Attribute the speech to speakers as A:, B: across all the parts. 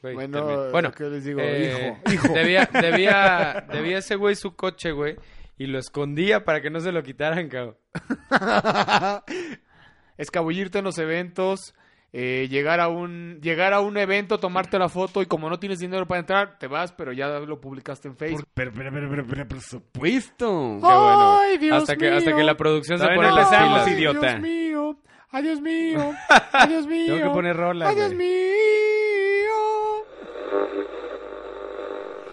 A: güey,
B: Bueno,
A: termina.
B: lo que les digo, hijo, hijo.
A: eh, Debía, debía, debía ese güey su coche, güey, y lo escondía para que no se lo quitaran, cabrón.
B: Escabullirte en los eventos, eh, llegar, a un, llegar a un evento, tomarte la foto y como no tienes dinero para entrar, te vas, pero ya lo publicaste en Facebook.
C: Por, pero, pero, pero, pero, pero, por supuesto.
A: Qué bueno.
B: ¡Ay, Dios
A: hasta que, hasta
B: mío!
A: que la producción se
C: Todavía
A: pone
C: no
A: las
C: empezamos,
A: pilas.
B: Ay,
C: idiota.
B: Dios mío. Ay, Dios mío. Ay, Dios mío.
A: Tengo que poner rola,
B: Ay, Dios
A: güey.
B: mío.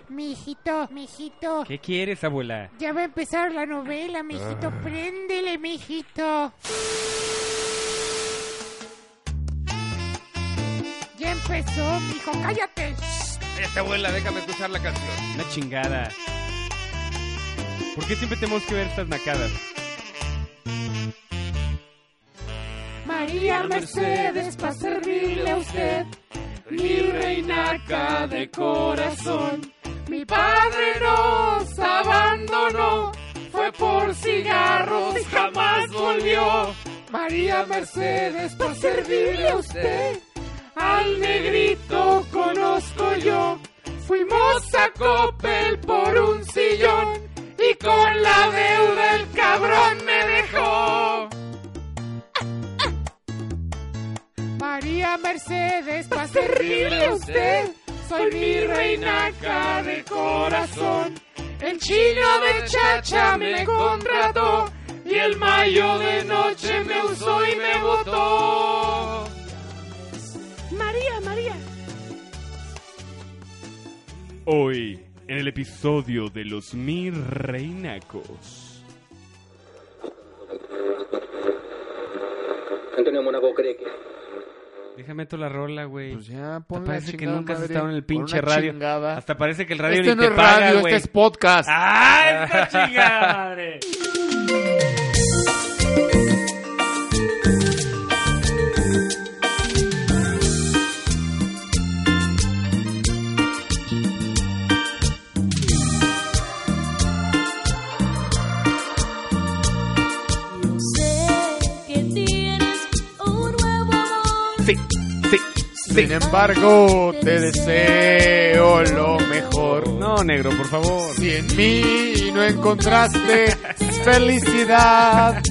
D: Mijito, mijito,
C: ¿Qué quieres, abuela?
D: ya va a empezar la novela, mijito, préndele, mijito. Ya empezó, mijo, cállate.
C: Esta abuela, déjame escuchar la canción. Una chingada. ¿Por qué siempre tenemos que ver estas nacadas?
D: María Mercedes, para servirle a usted, mi reinaca de corazón. Mi padre nos abandonó, fue por cigarros, jamás volvió. María Mercedes, para servirle a usted, al negrito conozco yo. Fuimos a Coppel por un sillón y con la deuda el cabrón me dejó. María Mercedes, para servirle a usted, soy mi reinaca de corazón. El chino de chacha me contrató y el mayo de noche me usó y me votó. María, María.
C: Hoy, en el episodio de los mil reinacos.
E: Antonio Monaco cree que
C: Déjame toda la rola, güey.
B: Pues ya,
C: Hasta
B: ponle la
C: parece que
B: chingada
C: nunca has
B: madre.
C: estado en el
B: Pon
C: pinche
B: una
C: radio.
B: chingada.
C: Hasta parece que el radio
B: Este
C: ni
B: no
C: te
B: es
C: paga,
B: radio,
C: güey.
B: este es podcast.
C: ¡Ah, esta chingada madre!
F: Yo sé que tienes un nuevo amor.
B: Sí, sí. Sin embargo, te deseo lo mejor.
C: No, negro, por favor.
B: Si en mí no encontraste felicidad,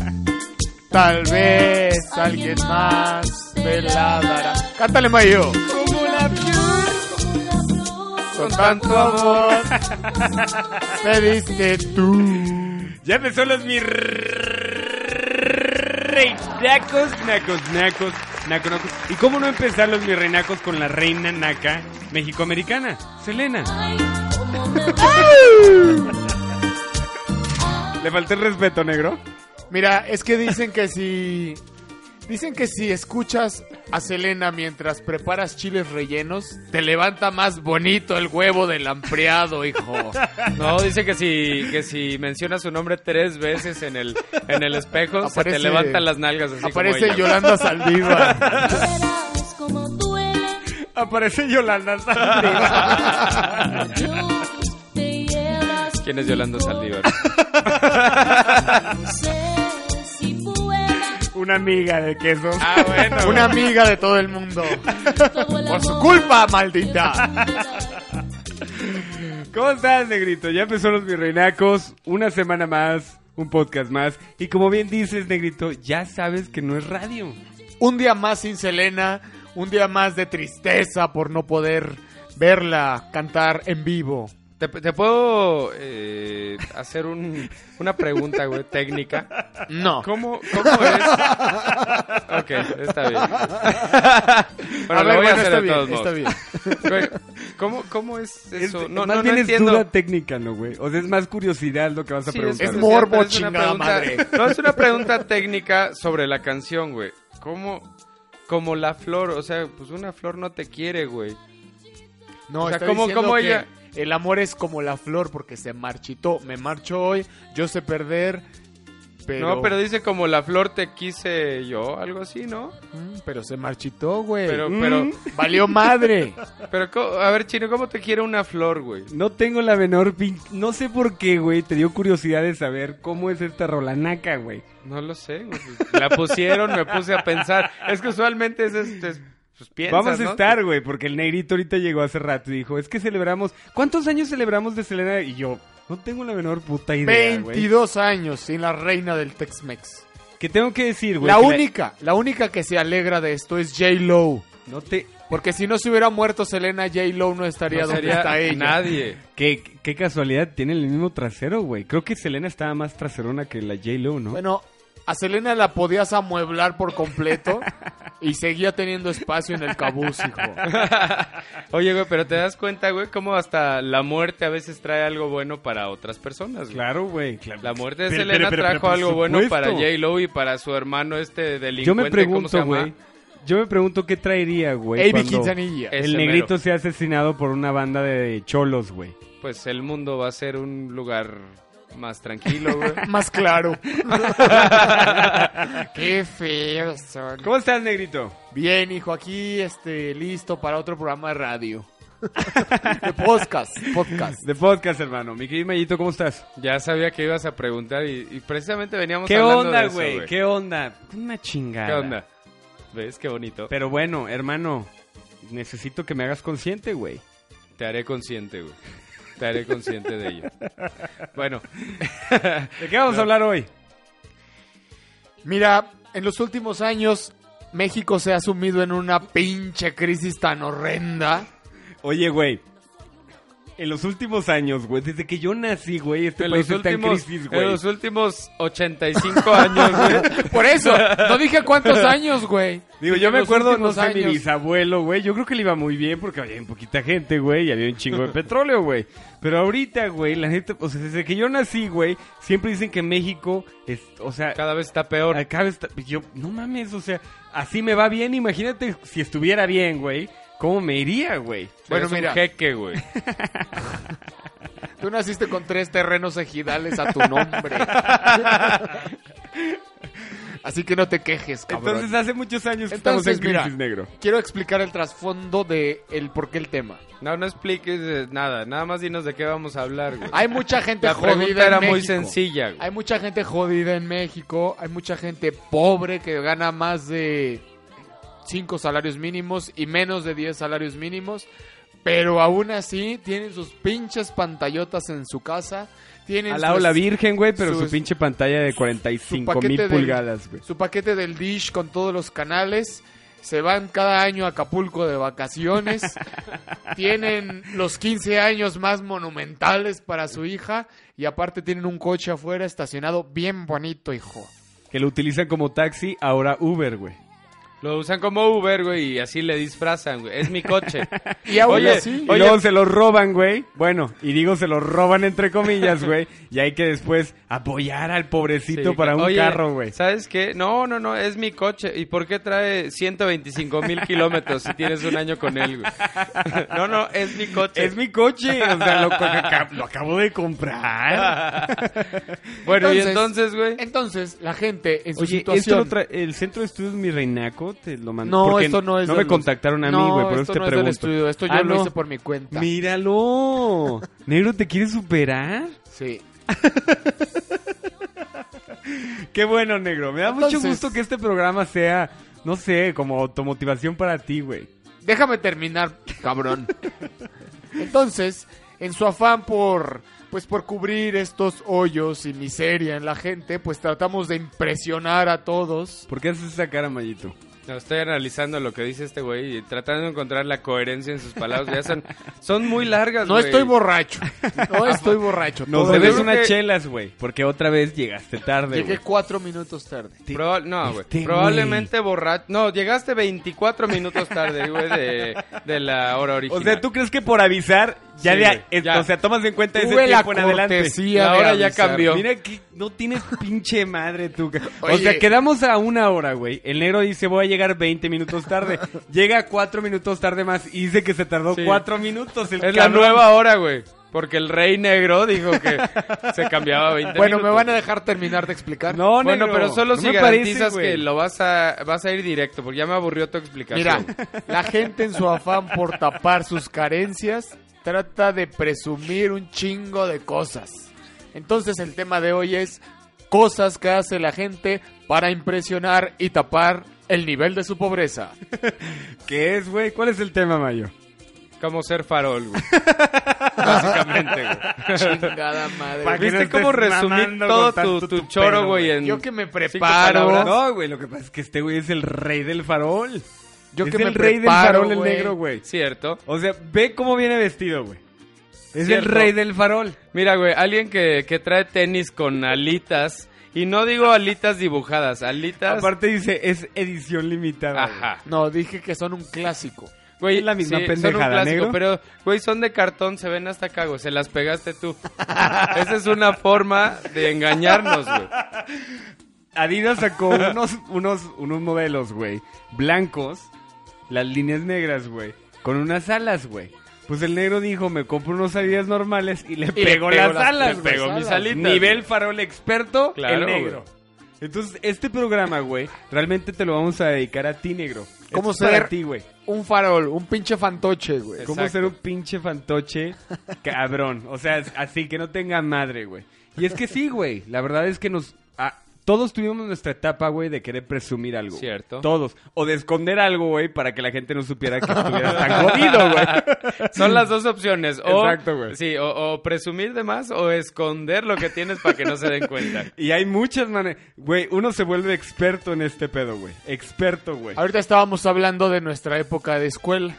B: tal vez alguien más te la dará. Cántale, Mayo.
F: Como la flor, como una flor.
B: Con tanto amor me diste tú.
C: Ya empezó los mil reinacos, nacos, nacos, naco, nacos. ¿Y cómo no empezar los mil reinacos con la reina naca mexicoamericana, Selena?
F: Ay, como me va.
C: Le falté el respeto, negro.
B: Mira, es que dicen que si. Dicen que si escuchas a Selena mientras preparas chiles rellenos, te levanta más bonito el huevo del ampliado, hijo.
A: No, dice que si, que si menciona su nombre tres veces en el, en el espejo, se
B: Aparece-
A: te levantan las nalgas así
B: Aparece
A: como ella.
B: Yolanda Saldívar.
F: Verás como duele.
C: Aparece Yolanda Saldívar.
F: Dios, te llevas
A: ¿Quién es Yolanda Saldívar?
F: No sé si pueda.
C: Una amiga de queso.
A: Ah, bueno. güey.
B: Una amiga de todo el mundo.
F: Todo el
B: Por su
F: amor
B: culpa,
F: que
B: maldita.
F: pude dar.
C: ¿Cómo estás, negrito? Ya empezó los virreinacos, una semana más, un podcast más. Y como bien dices, negrito, ya sabes que no es radio.
B: Un día más sin Selena, un día más de tristeza por no poder verla cantar en vivo.
A: ¿Te, te puedo eh, hacer un, una pregunta, güey, técnica?
B: No.
A: ¿Cómo, cómo es? Ok, está bien. Bueno,
B: A
A: lo
B: ver,
A: voy a
B: bueno,
A: hacer
B: está
A: de
B: bien,
A: todos modos.
B: está bien.
A: Güey, ¿Cómo, ¿Cómo es eso?
C: Es-
A: no,
C: más
A: no,
C: bien
A: no
C: es
A: entiendo.
C: duda técnica, ¿no, güey? O sea, es más curiosidad lo que vas a
A: Sí,
C: preguntar.
B: es
A: curiosidad,
B: morbo,
A: pero una
B: chingada
A: pregunta-
B: madre.
A: No, es una pregunta técnica sobre la canción, güey. ¿Cómo, como la flor, o sea, pues una flor no te quiere, güey.
B: No,
A: O sea,
B: está
A: ¿cómo-
B: diciendo
A: cómo
B: que
A: ella-
B: El amor es como la flor porque se marchitó. Me marcho hoy, yo sé perder, pero...
A: No, pero dice como la flor te quise yo, algo así, ¿no?
B: Mm, pero se marchitó, güey.
A: Pero,
C: Mm.
A: pero,
B: Valió madre.
A: pero, co- a ver, Chino, ¿cómo te quiere una flor, güey?
C: No tengo la menor pin... No sé por qué, güey. Te dio curiosidad de saber cómo es esta rolanaca, güey.
A: No lo sé, güey. La pusieron, me puse a pensar. Es que usualmente es, este, es Pues piensas,
C: Vamos a
A: ¿no?
C: estar, güey, porque el negrito ahorita llegó hace rato y dijo, es que celebramos, ¿cuántos años celebramos de Selena? Y yo, no tengo la menor puta idea, güey.
B: 22 años sin la reina del Tex-Mex.
C: Que tengo que decir, güey.
B: La
C: que
B: única, la única que se alegra de esto es J-Lo.
C: No te...
B: Porque si no se hubiera muerto Selena, J-Lo no estaría
A: No
B: donde
A: sería
B: está ella.
A: nadie.
C: ¿Qué, qué casualidad, tiene el mismo trasero, güey. Creo que Selena estaba más traserona que la J-Lo, ¿no?
B: Bueno, a Selena la podías amueblar por completo y seguía teniendo espacio en el cabuz, hijo.
A: Oye, güey, pero te das cuenta, güey, cómo hasta la muerte a veces trae algo bueno para otras personas, güey.
C: claro, güey. claro.
A: La muerte de
C: Pero-
A: Selena
C: pero- pero-
A: trajo
C: pero por
A: algo bueno para
C: supuesto.
A: J-Lo y para su hermano este delincuente,
C: Yo me
A: ¿cómo se
C: pregunto,
A: llama?
C: güey. Yo me pregunto qué traería, güey.
B: Amy
C: cuando
B: Quintanilla.
A: Eh,
C: El
A: Ese
C: negrito
A: mero.
C: sea asesinado por una banda de cholos, güey.
A: Pues el mundo va a ser un lugar más tranquilo, güey.
B: Más claro. Qué feos son.
C: ¿Cómo estás, negrito?
B: Bien, hijo, aquí este, listo para otro programa de radio. de podcast, podcast.
C: De podcast, hermano. Mi querido Mayito, ¿cómo estás?
A: ya sabía que ibas a preguntar y, y precisamente veníamos
C: ¿Qué
A: hablando de
C: onda,
A: eso,
C: güey? ¿Qué onda? Una chingada.
A: ¿Qué onda? ¿Ves? Qué bonito.
C: Pero bueno, hermano, necesito que me hagas consciente, güey.
A: Te haré consciente, güey. Te haré consciente de ello. Bueno,
C: ¿De qué vamos a hablar hoy?
B: Mira, en los últimos años México se ha sumido en una pinche crisis tan horrenda.
C: Oye, güey. En los últimos años, güey, desde que yo nací, güey, este
A: en
C: país
A: los,
C: está en
A: últimos,
C: crisis,
A: en
C: güey.
A: los últimos 85 años, güey.
B: Por eso, no dije cuántos años, güey.
C: Digo, yo
B: En
C: me
B: los
C: acuerdo, no
B: últimos
C: sé, mi
B: años.
C: bisabuelo, güey. Yo creo que le iba muy bien porque había bien poquita gente, güey, y había un chingo de petróleo, güey. Pero ahorita, güey, la gente, o sea, desde que yo nací, güey, siempre dicen que México es, o sea,
A: Cada vez está peor.
C: acá está, yo, no mames, o sea, así me va bien. Imagínate si estuviera bien, güey, cómo me iría, güey.
B: Bueno,
A: Eres un
B: mira.
A: jeque, güey.
B: Tú naciste con tres terrenos ejidales a tu nombre. Así que no te quejes, cabrón.
C: Entonces, hace muchos años que estamos
B: Entonces,
C: en crisis,
B: mira.
C: negro.
B: Quiero explicar el trasfondo de el por qué el tema.
A: No, no expliques eh, nada. Nada más dinos de qué vamos a hablar, güey.
B: Hay mucha gente
A: La
B: jodida
A: pregunta
B: en
A: era muy
B: México.
A: sencilla, güey.
B: Hay mucha gente jodida en México, hay mucha gente pobre que gana más de 5 salarios mínimos y menos de 10 salarios mínimos, pero aún así tienen sus pinches pantallotas en su casa, tienen
C: Al lado la
B: sus-
C: virgen, güey, pero su,
B: sus-
C: pinche pantalla de 45 mil
B: del-
C: pulgadas, güey.
B: su paquete del Dish con todos los canales. Se van cada año a Acapulco de vacaciones. tienen los 15 años más monumentales para su hija. Y aparte tienen un coche afuera estacionado bien bonito, hijo.
C: Que lo utilizan como taxi, ahora Uber, güey.
A: Lo usan como Uber, güey, y así le disfrazan, güey. Es mi coche.
B: Y aún
A: Oye,
B: así,
C: Y luego se los roban, güey. Bueno, y digo se los roban entre comillas, güey. Y hay que después apoyar al pobrecito
A: Sí,
C: para un
A: oye,
C: carro, güey.
A: ¿Sabes qué? No, no, no, es mi coche. ¿Y por qué trae 125 mil kilómetros si tienes un año con él, güey? No, no, es mi coche.
C: Es mi coche, o sea, lo, co- aca- lo acabo de
B: Ah,
C: comprar.
A: Bueno, y
B: Entonces-
A: entonces, güey.
B: entonces la gente en su
C: Oye, esto
B: situación...
C: lo tra- el centro de estudios Mi Reinaco te lo mandó.
B: no,
C: porque
B: esto no es
C: No
B: del-
C: me contactaron a mí,
B: No,
C: güey, por
B: esto
C: eso te
B: no es del
C: pregunto.
B: estudio, esto yo
C: Ah,
B: lo
C: no.
B: hice por mi cuenta.
C: Míralo. Negro, ¿te quieres superar?
B: Sí.
C: Qué bueno, negro. Me da mucho
B: Entonces-
C: gusto que este programa sea, no sé, como automotivación para ti, güey.
B: Déjame terminar, cabrón. Entonces, en su afán por pues por cubrir estos hoyos y miseria en la gente, pues tratamos de impresionar a todos.
C: ¿Por qué haces esa cara, Mayito?
A: No, estoy analizando lo que dice este güey y tratando de encontrar la coherencia en sus palabras. Ya son, son muy largas,
B: No
A: güey.
B: estoy borracho. No estoy borracho.
C: Nos
B: todo
A: debes
C: debes
B: bien.
A: una
C: unas chelas, güey, porque otra vez llegaste tarde,
B: Llegué
C: güey.
B: cuatro minutos tarde.
A: Proba- no, güey.
C: Este
A: Probablemente borracho. No, llegaste 24 minutos tarde, güey, de, de la hora original.
C: O sea, ¿tú crees que por avisar ya
A: Sí,
C: de
A: güey,
C: eh,
A: ya.
C: O sea, tomas en cuenta ese
B: Tuve la
C: tiempo en adelante.
B: cortesía
A: La
B: de
A: hora ya
B: avisar.
A: cambió.
C: Mira que no tienes pinche madre tú. ca- O
B: Oye.
C: sea, quedamos a una hora, güey. El negro dice voy a llegar 20 minutos tarde. Llega cuatro minutos tarde más y dice que se tardó
A: Sí.
C: cuatro minutos. El
A: Es la
C: cabrón.
A: nueva hora, güey. Porque el rey negro dijo que se cambiaba 20
B: Bueno, me
A: minutos.
B: van a dejar terminar de explicar.
C: No,
A: Bueno,
C: negro,
A: pero solo
C: no
A: si
C: me parece,
A: garantizas
C: güey.
A: que lo vas a, vas a ir directo, porque ya me aburrió tu
B: Mira,
A: explicación.
B: la gente en su afán por tapar sus carencias trata de presumir un chingo de cosas. Entonces el tema de hoy es cosas que hace la gente para impresionar y tapar el nivel de su pobreza.
C: ¿Qué es, güey? ¿Cuál es el tema, Mayo?
A: Como ser farol, güey. Básicamente, güey.
B: Chingada madre.
C: Pa' que no
A: ¿Viste
C: estés
A: cómo resumí
C: mamando
A: todo
C: con tanto
A: tu, tu
C: tu
A: choro,
C: pedo,
A: güey,
C: güey.
A: en
B: Yo que me
A: cinco palabras?
B: preparo.
C: No, güey, lo que pasa es que este güey es el rey del farol.
B: Yo
C: es
B: que me
C: el rey
B: preparo,
C: del farol,
B: güey.
C: el negro, güey.
A: Cierto.
C: O sea, ve cómo viene vestido, güey. Es el
A: Cierto.
C: rey del farol.
A: Mira, güey, alguien que, que trae tenis con alitas. Y no digo alitas dibujadas, alitas.
C: Aparte dice, es edición limitada. güey.
A: Ajá.
B: No, dije que son un clásico.
A: Güey,
C: Es la misma
A: sí, son un
C: pendejada,
A: clásico,
C: negro.
A: pero, güey, son de cartón, se ven hasta acá, güey. Se las pegaste tú. Esa es una forma de engañarnos, güey.
C: Adidas sacó unos, unos, unos modelos, güey, blancos, las líneas negras, güey, con unas alas, güey. Pues el negro dijo, me compro unos Adidas normales y le
B: pegó
C: pegó las
B: las-
C: alas,
B: le
C: güey.
B: pegó mis
A: alitas,
C: Nivel
A: güey.
C: farol experto,
A: Claro,
C: el negro.
A: güey.
C: Entonces, este programa, güey, realmente te lo vamos a dedicar a ti, negro.
B: ¿Cómo
C: Esto es para
B: ser?
C: ti, güey.
B: Un farol, un pinche fantoche, güey.
A: Es-
C: ¿Cómo
A: Exacto.
C: ser un pinche fantoche cabrón? O sea, es- así que no tenga madre, güey. Y es que sí, güey. La verdad es que nos... ah, todos tuvimos nuestra etapa, güey, de querer presumir algo. güey.
A: Cierto.
C: Todos. O de esconder algo, güey, para que la gente no supiera que estuvieras tan jodido, güey.
A: Son las dos opciones. O,
C: Exacto, güey.
A: Sí, o, o presumir de más o esconder lo que tienes para que no se den cuenta.
C: Y hay muchas maneras... Güey, uno se vuelve experto en este pedo, güey. Experto, güey.
B: Ahorita estábamos hablando de nuestra época de escuela.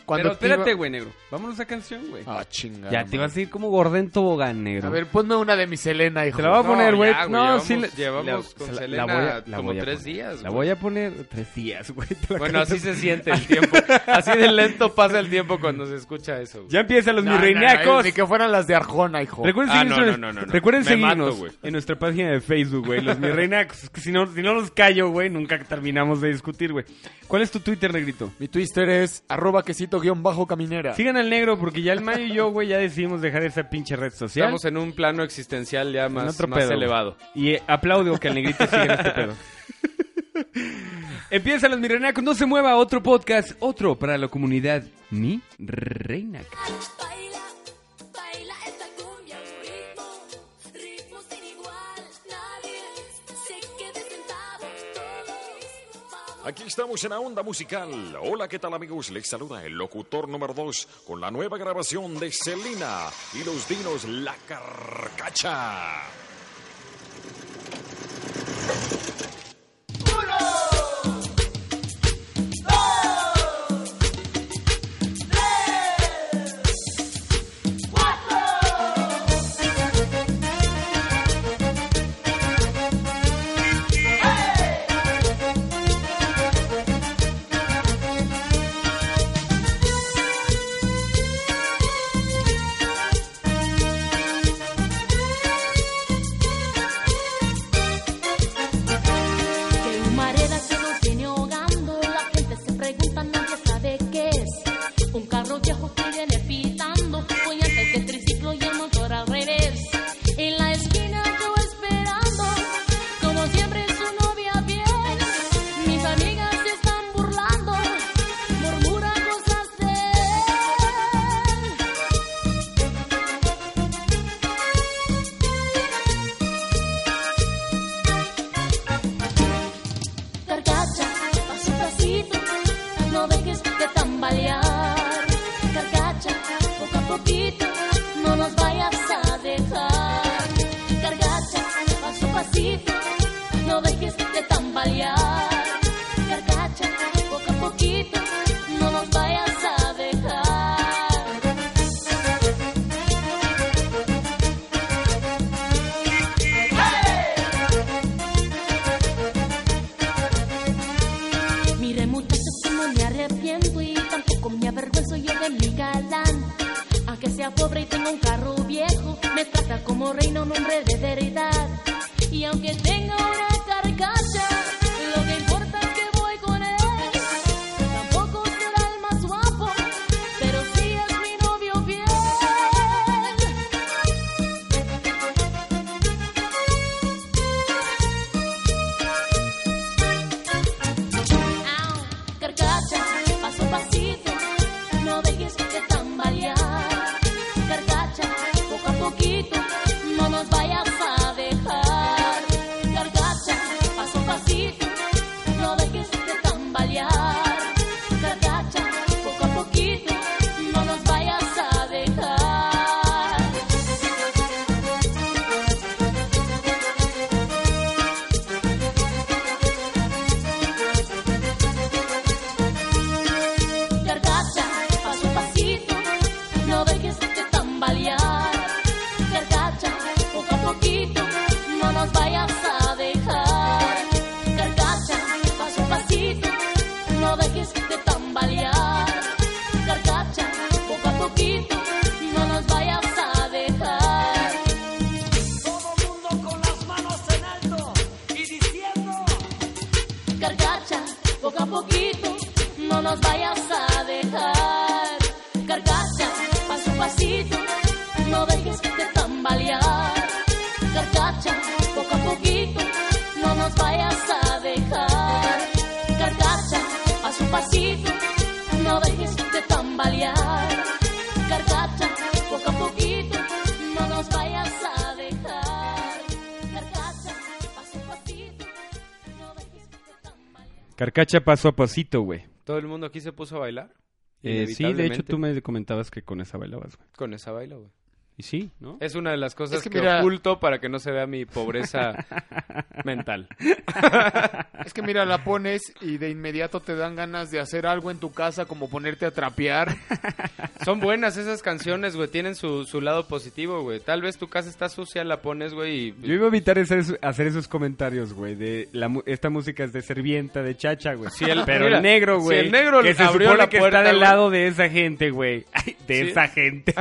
C: Pero
B: Cuando te
C: espérate,
B: iba-
C: güey, negro. Vámonos a canción, güey.
B: Ah, chingada.
C: ya te
B: madre.
C: vas a ir como gordén tobogán, negro.
B: A ver, ponme una de mi Selena, hijo.
C: Te la voy a
A: No,
C: poner, güey.
A: ya, güey,
C: No,
A: llevamos-
C: sí. le-
A: llevamos
C: la-
A: con
C: se la-
A: Selena
C: la voy a- la
A: como
C: voy a
A: tres
C: poner.
A: días,
C: La
A: güey.
C: voy a poner tres días, güey. te la
A: Bueno,
C: acabo
A: así se
C: de-
A: siente el tiempo. Así de lento pasa el tiempo cuando se escucha eso. güey.
C: Ya empiezan los
B: No, no, no,
C: mirreinacos.
B: ni que fueran las de Arjona, hijo.
C: Recuerden
A: Ah,
C: seguirnos,
A: no,
C: en-
A: no, no, no, no.
C: recuerden
A: Me
C: seguirnos
A: mato, güey.
C: en nuestra página de Facebook, güey. Los mirreinacos. Es que si no, si no los callo, güey, nunca terminamos de discutir, güey. ¿Cuál es tu Twitter, negrito?
B: Mi Twitter es arroba quesito guión bajo caminera.
C: Sigan al negro porque ya el Mayo y yo, güey, ya decidimos dejar esa pinche red social.
A: Estamos en un plano existencial ya
C: En
A: más,
C: otro
A: más
C: pedo, güey.
A: elevado.
C: Y eh, aplaudo que al negrito siga en este pedo. Empiezan los Mirenacos, no se mueva otro podcast, otro para la comunidad. Mi reina.
F: Baila, baila esta cumbia, un ritmo, ritmo sin igual. Nadie se quede sentado, todos vamos.
E: Aquí estamos en la onda musical. Hola, ¿qué tal amigos? Les saluda el locutor número 2 con la nueva grabación de Selena y los dinos La Carcacha.
F: Que un humareda que nos viene ahogando, la gente se pregunta, nadie sabe qué es. Un carro viejo que viene pitando, voy antes del triciclo y el motor al revés. En la esquina yo esperando, como siempre su novia bien. Mis amigas se están burlando, murmura cosas de él. Carcacha, paso a pasito, no dejes de tambalear. Carcacha, poco a poquito, no nos vayas a dejar. Carcacha, paso a pasito, no dejes de tambalear. Carcacha, poco a poquito, no nos vayas a dejar. Mire muchachos que no me arrepiento y tampoco me avergüenzo yo de mi galán. Aunque sea pobre y tenga un carro viejo, me trata como reina un hombre de veridad. Y aunque tenga una carcacha, lo que importa es que voy con él. Tampoco será el más guapo, pero sí es mi novio fiel. Au, Carcacha, paso a pasito, no dejes que te tambalear. Carcacha, poco a poquito, no nos vayas a dejar. Carcacha, despacito, no dejes que te tambalear. Carcacha, poco a poquito, no nos vayas a dejar. Carcacha, a su pasito, no dejes que te tambalear. Carcacha, poco a poquito, no nos vayas a dejar. Carcacha, a su pasito, no dejes que te tambalear.
C: Carcacha paso a pasito, güey.
A: Todo el mundo aquí se puso a bailar.
C: Eh, sí, de hecho
A: Inevitablemente.
C: tú me comentabas que con esa bailabas, güey.
A: Con esa baila, güey.
C: Y sí, ¿no?
A: Es una de las cosas
B: Es que
A: que,
B: mira-
A: oculto para que no se vea mi pobreza mental.
B: Es que mira, la pones y de inmediato te dan ganas de hacer algo en tu casa, como ponerte a trapear.
A: Son buenas esas canciones, güey. Tienen su, su lado positivo, güey. Tal vez tu casa está sucia, la pones, güey.
C: Yo
A: Y...
C: iba a evitar hacer, esos- hacer esos comentarios, güey, de la, mu- esta música es de servienta, de chacha, güey.
A: el-
C: Pero
A: mira,
C: el negro,
A: si
C: güey,
A: el negro
C: que se
A: abrió
C: supone
A: la
C: que
A: puerta,
C: está del
A: güey.
C: lado de esa gente, güey. Ay, De
A: Sí.
C: esa gente.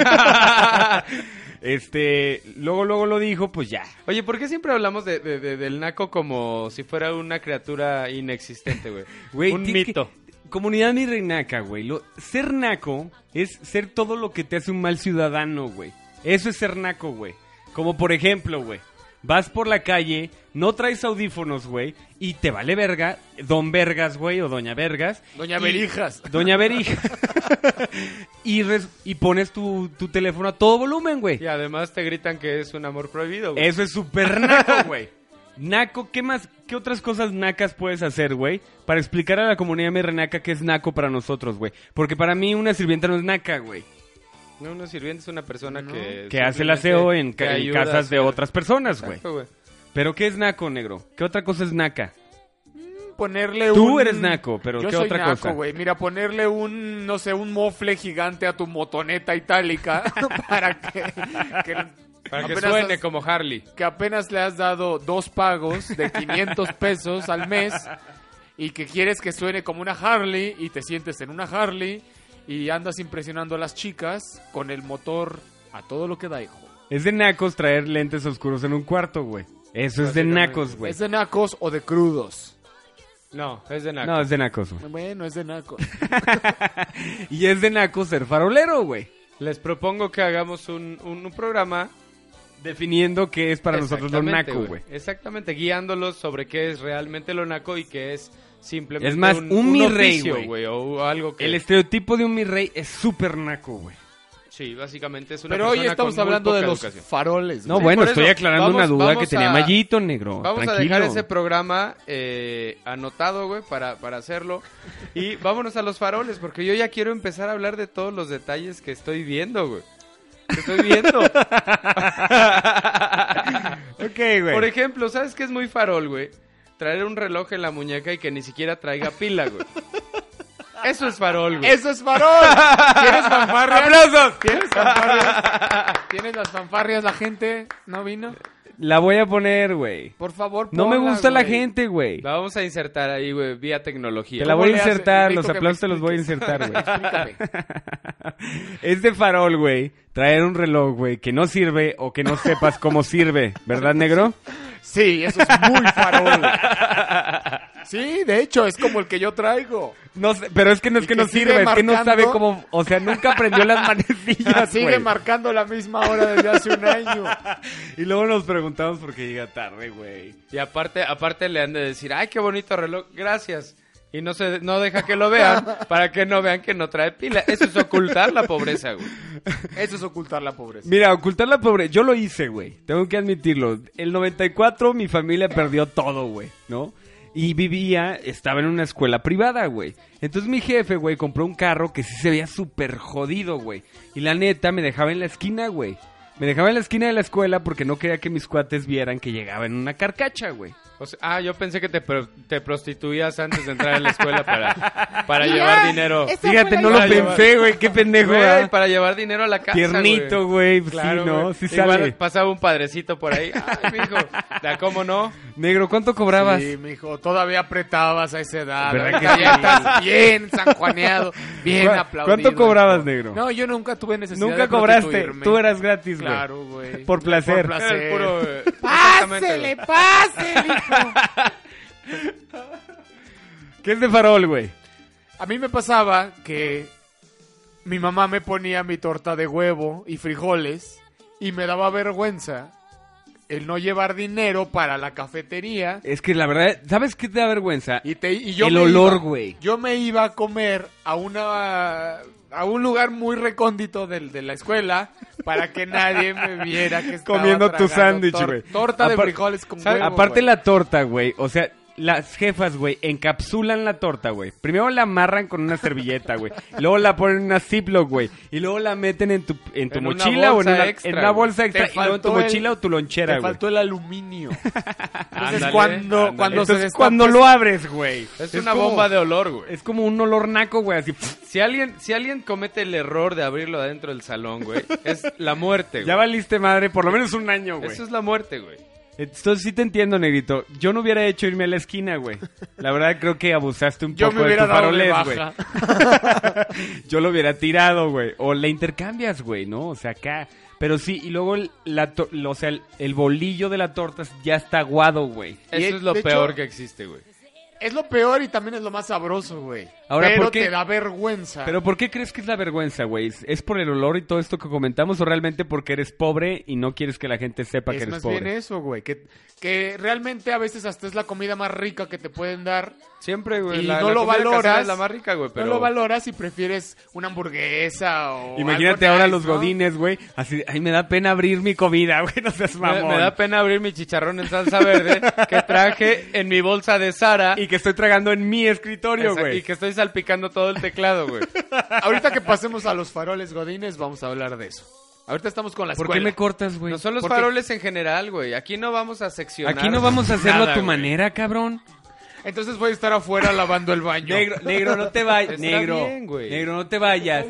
C: este, luego, luego lo dijo, pues ya.
A: Oye, ¿por qué siempre hablamos de, de- de- del naco como si fuera una criatura inexistente, güey?
C: Güey,
A: Un
C: tienes
A: mito.
C: que- comunidad mi reinaca, güey. Lo- Ser naco es ser todo lo que te hace un mal ciudadano, güey. Eso es ser naco, güey. Como por ejemplo, güey. Vas por la calle, no traes audífonos, güey, y te vale verga, don Vergas, güey, o doña Vergas.
B: Doña
C: y-
B: Berijas.
C: Doña Berija. y, res- y pones tu, tu teléfono a todo volumen, güey.
A: Y además te gritan que es un amor prohibido, güey.
C: Eso es súper naco, güey. Naco, ¿qué más? ¿Qué otras cosas nacas puedes hacer, güey? Para explicar a la comunidad merrenaca qué es naco para nosotros, güey. Porque para mí una sirvienta no es naca, güey.
A: No, una sirviente es una persona que...
C: Que hace el aseo en,
A: simplemente
C: ca-
A: te
C: en
A: ayuda a
C: casas de
A: hacer-
C: otras personas, güey.
A: Exacto, güey.
C: Pero ¿qué es naco, negro? ¿Qué otra cosa es naca?
B: Ponerle
C: Tú
B: un...
C: eres naco, pero
B: Yo
C: ¿qué
B: soy
C: otra
B: naco,
C: cosa?
B: güey. Mira, ponerle un, no sé, un mofle gigante a tu motoneta itálica para que... que
A: Para que
B: apenas
A: suene
B: has-
A: como Harley.
B: que apenas le has dado dos pagos de 500 pesos al mes y que quieres que suene como una Harley y te sientes en una Harley y andas impresionando a las chicas con el motor a todo lo que da, hijo.
C: Es de nacos traer lentes oscuros en un cuarto, güey. Eso es de nacos, güey.
B: ¿Es de nacos o de crudos?
A: No, es de naco.
C: No, es de nacos, güey.
B: Bueno, es de nacos.
C: Y es de nacos ser farolero, güey.
A: Les propongo que hagamos un, un- un programa...
C: Definiendo qué es para nosotros lo
A: Exactamente,
C: naco, güey.
A: Exactamente, guiándolos sobre qué es realmente lo naco y qué es simplemente
C: Es más, un mi rey,
A: oficio,
C: güey.
A: O algo que...
C: El estereotipo de un mi rey es súper naco, güey.
A: Sí, básicamente es una
B: Pero hoy
A: persona
B: estamos
A: con muy
B: hablando de
A: poca
B: los
A: educación.
B: faroles.
C: No,
B: güey.
C: bueno,
A: por eso,
C: estoy aclarando
A: vamos-
C: una duda
A: vamos
C: que tenía
A: a-
C: Mallito, negro.
A: Vamos a
C: Tranquilo.
A: dejar ese programa eh, anotado, güey, para, para hacerlo. Y vámonos a los faroles, porque yo ya quiero empezar a hablar de todos los detalles que estoy viendo, güey. Que estoy viendo.
C: Ok, güey.
A: Por ejemplo, ¿sabes qué es muy farol, güey? Traer un reloj en la muñeca y que ni siquiera traiga pila, güey. Eso es farol, güey.
B: ¡Eso es farol! ¿Quieres fanfarrias?
C: ¡Aplausos!
B: ¿Tienes fanfarrias? ¿Tienes las fanfarrias? ¿La gente no vino?
C: La voy a poner, güey.
B: Por favor,
C: No me
B: ponla,
C: gusta la
B: güey.
C: gente, güey.
A: La vamos a insertar ahí, güey, vía tecnología.
C: Te la
B: ¿Cómo
C: voy a
B: le hace?
C: insertar,
B: Necesito
C: los
B: que me
C: aplausos te los voy a insertar, güey.
B: Explícame.
C: Es de farol, güey. Traer un reloj, güey, que no sirve o que no sepas cómo sirve, ¿verdad, negro?
B: Sí, eso es muy farol. Sí, de hecho, es como el que yo traigo.
C: No sé, pero es que no es
B: Y
C: que,
B: que
C: no
B: sigue
C: sirve, es que no
B: marcando.
C: sabe cómo, o sea, nunca aprendió las manecillas,
B: Sigue
C: Ah, güey.
B: marcando la misma hora desde hace un año.
C: Y luego nos preguntamos por qué llega tarde, güey.
A: Y aparte, aparte le han de decir, ay, qué bonito reloj, gracias. Y no se, no deja que lo vean para que no vean que no trae pila. Eso es ocultar la pobreza, güey.
B: Eso es ocultar la pobreza.
C: Mira, ocultar la pobreza, yo lo hice, güey. Tengo que admitirlo. El 94 mi familia perdió todo, güey, ¿no? Y vivía, estaba en una escuela privada, güey. Entonces mi jefe, güey, compró un carro que sí se veía súper jodido, güey. Y la neta me dejaba en la esquina, güey. Me dejaba en la esquina de la escuela porque no quería que mis cuates vieran que llegaba en una carcacha, güey.
A: O sea, ah, yo pensé que te, pro- te prostituías antes de entrar a la escuela para, para llevar dinero.
C: Fíjate, no lo
A: idea.
C: pensé, güey, qué pendejo.
A: Güey,
C: ¿verdad?
A: para llevar dinero a la casa.
C: Tiernito, güey, pues sí, ¿no?
A: güey.
C: Sí
A: Igual
C: sale.
A: pasaba un padrecito por ahí. Ay, mijo, da cómo no.
C: Negro, ¿cuánto cobrabas?
B: Sí, mijo, todavía apretabas a esa edad.
C: ¿Verdad
B: Ahorita
C: que
B: ya
C: sí?
B: estás bien sanjuaneado, bien
C: ¿Cu-
B: aplaudido.
C: ¿Cuánto cobrabas,
B: hijo.
C: negro?
B: No, yo nunca tuve necesidad
C: Nunca
B: de
C: cobraste,
B: prostituirme.
C: tú eras gratis, güey.
B: Claro, güey.
C: Por placer.
B: Por
A: Era el
B: placer.
A: puro, eh, exactamente, güey.
D: Pásele, pásele, hijo.
C: ¿Qué es de farol, güey?
B: A mí me pasaba que mi mamá me ponía mi torta de huevo y frijoles y me daba vergüenza el no llevar dinero para la cafetería.
C: Es que la verdad, ¿sabes qué te da vergüenza?
B: Y, te- y yo
C: El
B: me
C: olor,
B: iba-
C: güey.
B: Yo me iba a comer a una a un lugar muy recóndito del, de la escuela para que nadie me viera que estaba
C: Comiendo tu
B: tragando
C: sándwich, güey.
B: Torta de
C: Apar-
B: frijoles con
C: ¿sabes?
B: huevo,
C: Aparte
B: güey.
C: la torta, güey. O sea, las jefas, güey, encapsulan la torta, güey. Primero la amarran con una servilleta, güey. Luego la ponen en una Ziploc, güey. Y luego la meten en tu, en tu
A: En una
C: mochila o en
A: bolsa
C: una,
A: extra,
C: en una
A: güey.
C: bolsa extra.
B: Te
C: Y luego en tu
B: faltó el-
C: mochila o tu lonchera,
B: Te
C: güey.
B: faltó el aluminio. Entonces
A: Ándale,
B: cuando
A: ándale.
B: cuando se
C: Entonces,
B: destapa
C: cuando
B: es-
C: lo abres, güey.
A: Es, una
C: como-
A: bomba de olor, güey.
C: Es como un olor naco, güey. Así,
A: Si alguien, si alguien comete el error de abrirlo adentro del salón, güey, es la muerte,
C: ya
A: güey.
C: valiste madre por lo menos un año, güey.
A: Eso es la muerte, güey.
C: Entonces sí te entiendo, negrito. Yo no hubiera hecho irme a la esquina, güey. La verdad creo que abusaste un
B: yo me
C: poco de
B: hubiera
C: tu
B: dado de
C: farolés, güey.
B: baja.
C: Yo lo hubiera tirado, güey. O la intercambias, güey, ¿no? O sea, acá. Pero sí, y luego el, la to- o sea, el, el bolillo de la torta ya está aguado, güey.
B: Y
A: Eso
B: e-
A: es lo
B: de hecho-
A: peor que existe, güey.
B: Es lo peor y también es lo más sabroso, güey.
C: Ahora,
B: Pero
C: ¿por qué?
B: te da vergüenza.
C: Pero ¿por qué crees que es la vergüenza, güey? ¿Es- ¿Es por el olor y todo esto que comentamos o realmente porque eres pobre y no quieres que la gente sepa que
B: es
C: eres
B: más
C: pobre?
B: bien eso, güey. Que, que realmente a veces hasta es la comida más rica que te pueden dar.
A: Siempre, güey.
B: Y
A: la-
B: no
A: la
B: lo
A: comida casera
B: valoras.
A: Es la más rica, güey, pero...
B: No lo valoras y prefieres una hamburguesa o.
C: Imagínate
B: algo
C: ahora
B: nice,
C: los
B: ¿no?
C: godines, güey. Así, ay, me da pena abrir mi comida, güey. No seas
A: Me,
C: mamón.
A: me da pena abrir mi chicharrón en salsa verde que traje en mi bolsa de Sara
C: Y que estoy tragando en mi escritorio, güey.
A: y que estoy salpicando todo el teclado, güey.
B: Ahorita que pasemos a los faroles godines, vamos a hablar de eso. Ahorita estamos con la
C: ¿Por
B: escuela.
C: qué me cortas, güey?
A: No son los
B: Porque-
A: faroles en general, güey. Aquí no vamos a seccionar.
C: Aquí no vamos a hacerlo
A: nada,
C: a tu
A: güey.
C: manera, cabrón.
B: Entonces voy a estar afuera lavando el baño.
C: Negro, negro, no te vayas.
A: Está
C: Negro,
A: bien, güey.
C: negro, no te vayas.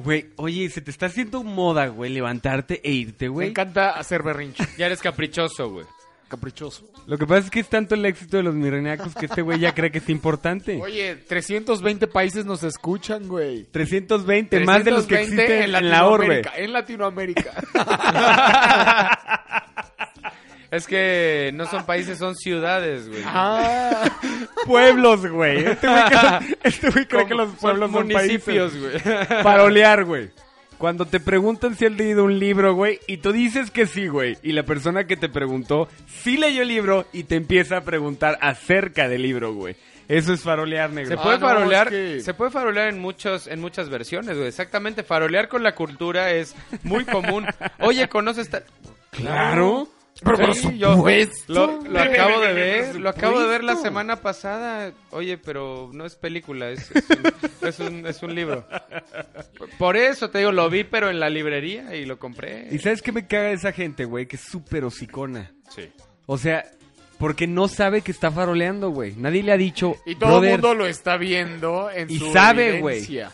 C: Güey, oye, se te está haciendo moda, güey, levantarte e irte,
B: Me
C: güey.
B: encanta hacer berrinche.
A: Ya eres caprichoso, güey.
B: Caprichoso.
C: Lo que pasa es que es tanto el éxito de los mirenacos que este güey ya cree que es importante.
B: Oye, 320 países nos escuchan, güey.
C: 320, más de los que
B: 320
C: existen en, la orbe.
B: Latinoamérica, En Latinoamérica.
A: Es que no son países, son ciudades, güey.
B: Ah.
C: Pueblos, güey. Este güey, que- este güey cree que los
A: Son
C: pueblos son
A: municipios,
C: municipios.
A: güey.
C: Parolear, güey. Cuando te preguntan si has leído un libro, güey, y tú dices que sí, güey, y la persona que te preguntó sí leyó el libro y te empieza a preguntar acerca del libro, güey. Eso es farolear, negro.
A: Se puede
B: no,
A: farolear,
B: es que-
A: se puede farolear en muchos, en muchas versiones, güey. Exactamente, farolear con la cultura es muy común. Oye, ¿conoces tal?
C: Claro.
A: Sí, yo lo, lo acabo de ver, lo acabo de ver la semana pasada. Oye, pero no es película, es, es un, es un- es un libro. Por eso te digo, lo vi, pero en la librería y lo compré.
C: ¿Y sabes qué me caga de esa gente, güey? Que es súper hocicona.
A: Sí.
C: O sea, porque no sabe que está faroleando, güey. Nadie le ha dicho.
B: Y todo
C: "Brother,
B: el mundo lo está viendo en
C: Y
B: su
C: sabe, güey.
B: evidencia.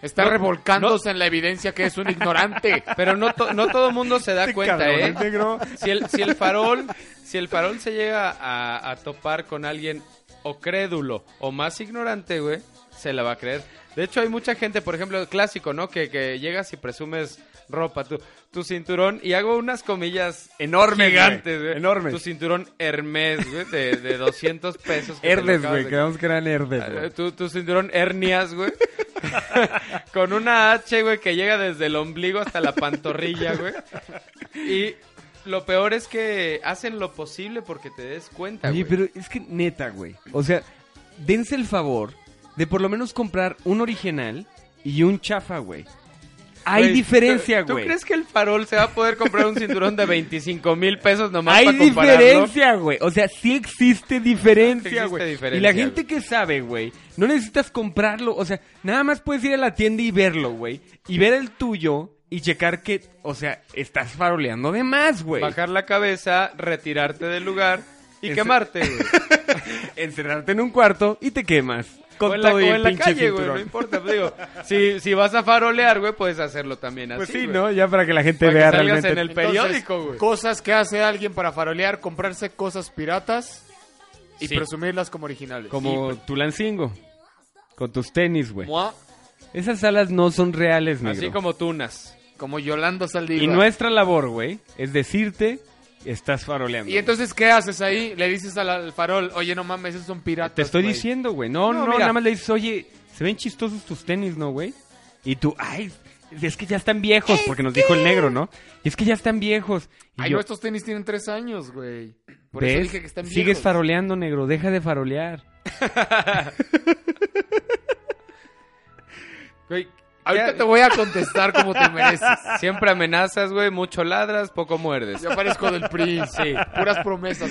B: Está
A: No,
B: revolcándose en la evidencia que es un ignorante.
A: Pero no, to- no todo el mundo se da
C: este
A: cuenta,
C: cabrón,
A: ¿eh?
C: el negro".
A: Si el, si el farol, si el farol se llega a, a topar con alguien o crédulo o más ignorante, güey, se la va a creer. De hecho, hay mucha gente, por ejemplo, el clásico, ¿no? Que, que llegas y presumes ropa, tu, tu cinturón, y hago unas comillas
C: Enormes,
A: gigantes,
C: güey,
A: güey.
C: enormes.
A: Tu cinturón Hermes, güey, de, de 200 pesos. que te lo
C: Herdes,
A: acabas
C: güey.
A: de-
C: Quedamos que eran herdes, güey.
A: eh, Tu, tu cinturón hernias, güey. Con una H, güey, que llega desde el ombligo hasta la pantorrilla, güey. Y lo peor es que hacen lo posible porque te des cuenta,
C: Oye,
A: güey.
C: pero es que neta, güey. O sea, dense el favor de por lo menos comprar un original y un chafa, güey. Hay
A: Güey,
C: diferencia,
A: ¿tú- ¿Tú
C: güey.
A: crees que el farol se va a poder comprar un cinturón de 25 mil pesos nomás
C: Hay
A: para compararlo?
C: diferencia, güey. O sea, sí existe diferencia,
A: Existe
C: güey. y
A: diferencia,
C: la gente que sabe, güey, no necesitas comprarlo. O sea, nada más puedes ir a la tienda y verlo, güey. Y ver el tuyo y checar que, o sea, estás faroleando de más, güey.
A: Bajar la cabeza, retirarte del lugar y
C: Ese-
A: quemarte, güey.
C: Encerrarte en un cuarto y te quemas. Con
A: o en la,
C: todo
A: o
C: y el
A: en la
C: pinche
A: calle, güey,
C: cinturón.
A: no importa. pues, digo, si, si vas a farolear, güey, puedes hacerlo también así,
C: Pues sí,
A: güey.
C: ¿no? Ya para que la gente
A: Para que
C: vea
A: salgas
C: realmente.
A: en el periódico, güey.
B: Cosas que hace alguien para farolear, comprarse cosas piratas y
A: Sí.
B: presumirlas como originales.
C: Como pues, Tulancingo. Con tus tenis, güey.
B: Mua,
C: Esas alas no son reales, negro.
A: Así como tunas.
B: como Yolanda Saldívar.
C: Y nuestra labor, güey, es decirte, estás faroleando.
B: Y entonces, ¿qué haces ahí? Le dices al, al farol, oye, no mames, esos son piratas.
C: Te estoy
B: güey".
C: diciendo, güey. No,
A: No,
C: no,
A: mira.
C: nada más le dices, oye, se ven chistosos tus tenis, ¿no, güey? Y tú, ay, es que ya están viejos, porque nos dijo el negro, ¿no? Y es que ya están viejos. Y
B: Ay,
C: yo,
B: no, estos tenis tienen tres años, güey. Por eso
C: ¿ves?
B: dije que están
C: Sigues
B: viejos.
C: faroleando, negro, deja de farolear.
A: Güey,
B: Ahorita
A: ya-
B: te voy a contestar como te mereces.
A: Siempre amenazas, güey, mucho ladras, poco muerdes.
B: Yo parezco del PRI.
A: Sí.
B: Puras promesas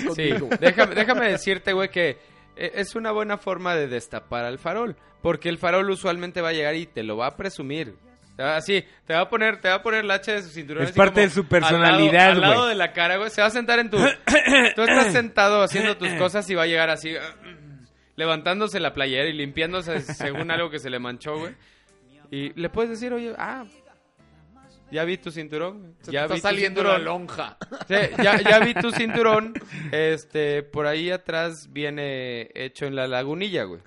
A: Sí,
B: contigo.
A: déjame, déjame decirte, güey, que eh, es una buena forma de destapar al farol. Porque el farol usualmente va a llegar y te lo va a presumir. Te va- Así, te va a poner, te va a poner el hacha de su cinturón.
C: Es
A: así
C: parte
A: como
C: de su personalidad,
A: Al lado, al lado
C: güey.
A: de la cara, güey. Se va a sentar en tu... tú estás sentado haciendo tus cosas y va a llegar así... Levantándose la playera y limpiándose según algo que se le manchó, güey. Y le puedes decir, oye, ah, ya vi tu cinturón.
B: Se te
A: ya
B: está
A: vi tu
B: saliendo la
A: cinturón".
B: lonja.
A: Sí, ya, ya vi tu cinturón. Este, por ahí atrás viene hecho en la lagunilla, güey.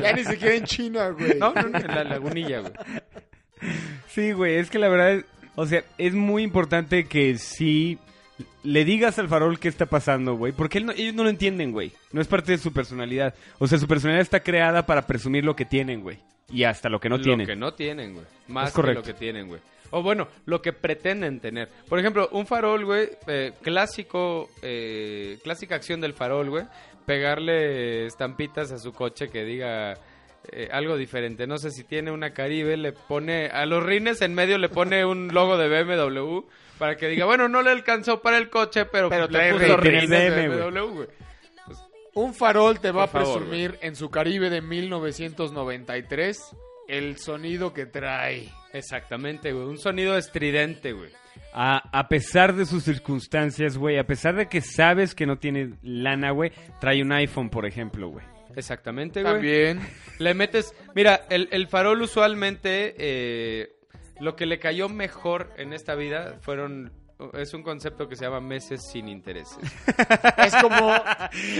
B: Ya ni siquiera en China, güey.
A: No, no, no, en la lagunilla, güey.
C: Sí, güey, es que la verdad, es- o sea, es muy importante que sí le digas al farol qué está pasando, güey, porque él no- ellos no lo entienden, güey. No es parte de su personalidad. O sea, su personalidad está creada para presumir lo que tienen, güey. Y hasta lo que no
A: lo
C: tienen.
A: que no tienen, güey. Más
C: Es correcto.
A: que lo que tienen, güey. O bueno, lo que pretenden tener. Por ejemplo, un farol, güey, eh, clásico, eh, clásica acción del farol, güey. Pegarle estampitas a su coche que diga eh, algo diferente. No sé si tiene una Caribe, le pone a los rines en medio le pone un logo de BMW para que diga, bueno, no le alcanzó para el coche, pero,
B: Pero
A: le
B: trae
A: puso
C: rines
A: rines
C: de
A: de
C: BMW,
A: BMW, güey.
B: Pues, Un farol te va
A: Por
B: a
A: favor,
B: presumir en su Caribe de 1993 el sonido que trae.
A: Exactamente, güey. Un sonido estridente, güey.
C: A, a pesar de sus circunstancias, güey, a pesar de que sabes que no tiene lana, güey, trae un iPhone, por ejemplo, güey.
A: Exactamente, güey.
B: También.
A: Le metes. Mira, el, el farol usualmente. eh, lo que le cayó mejor en esta vida fueron. Es un concepto que se llama meses sin intereses.
B: Es como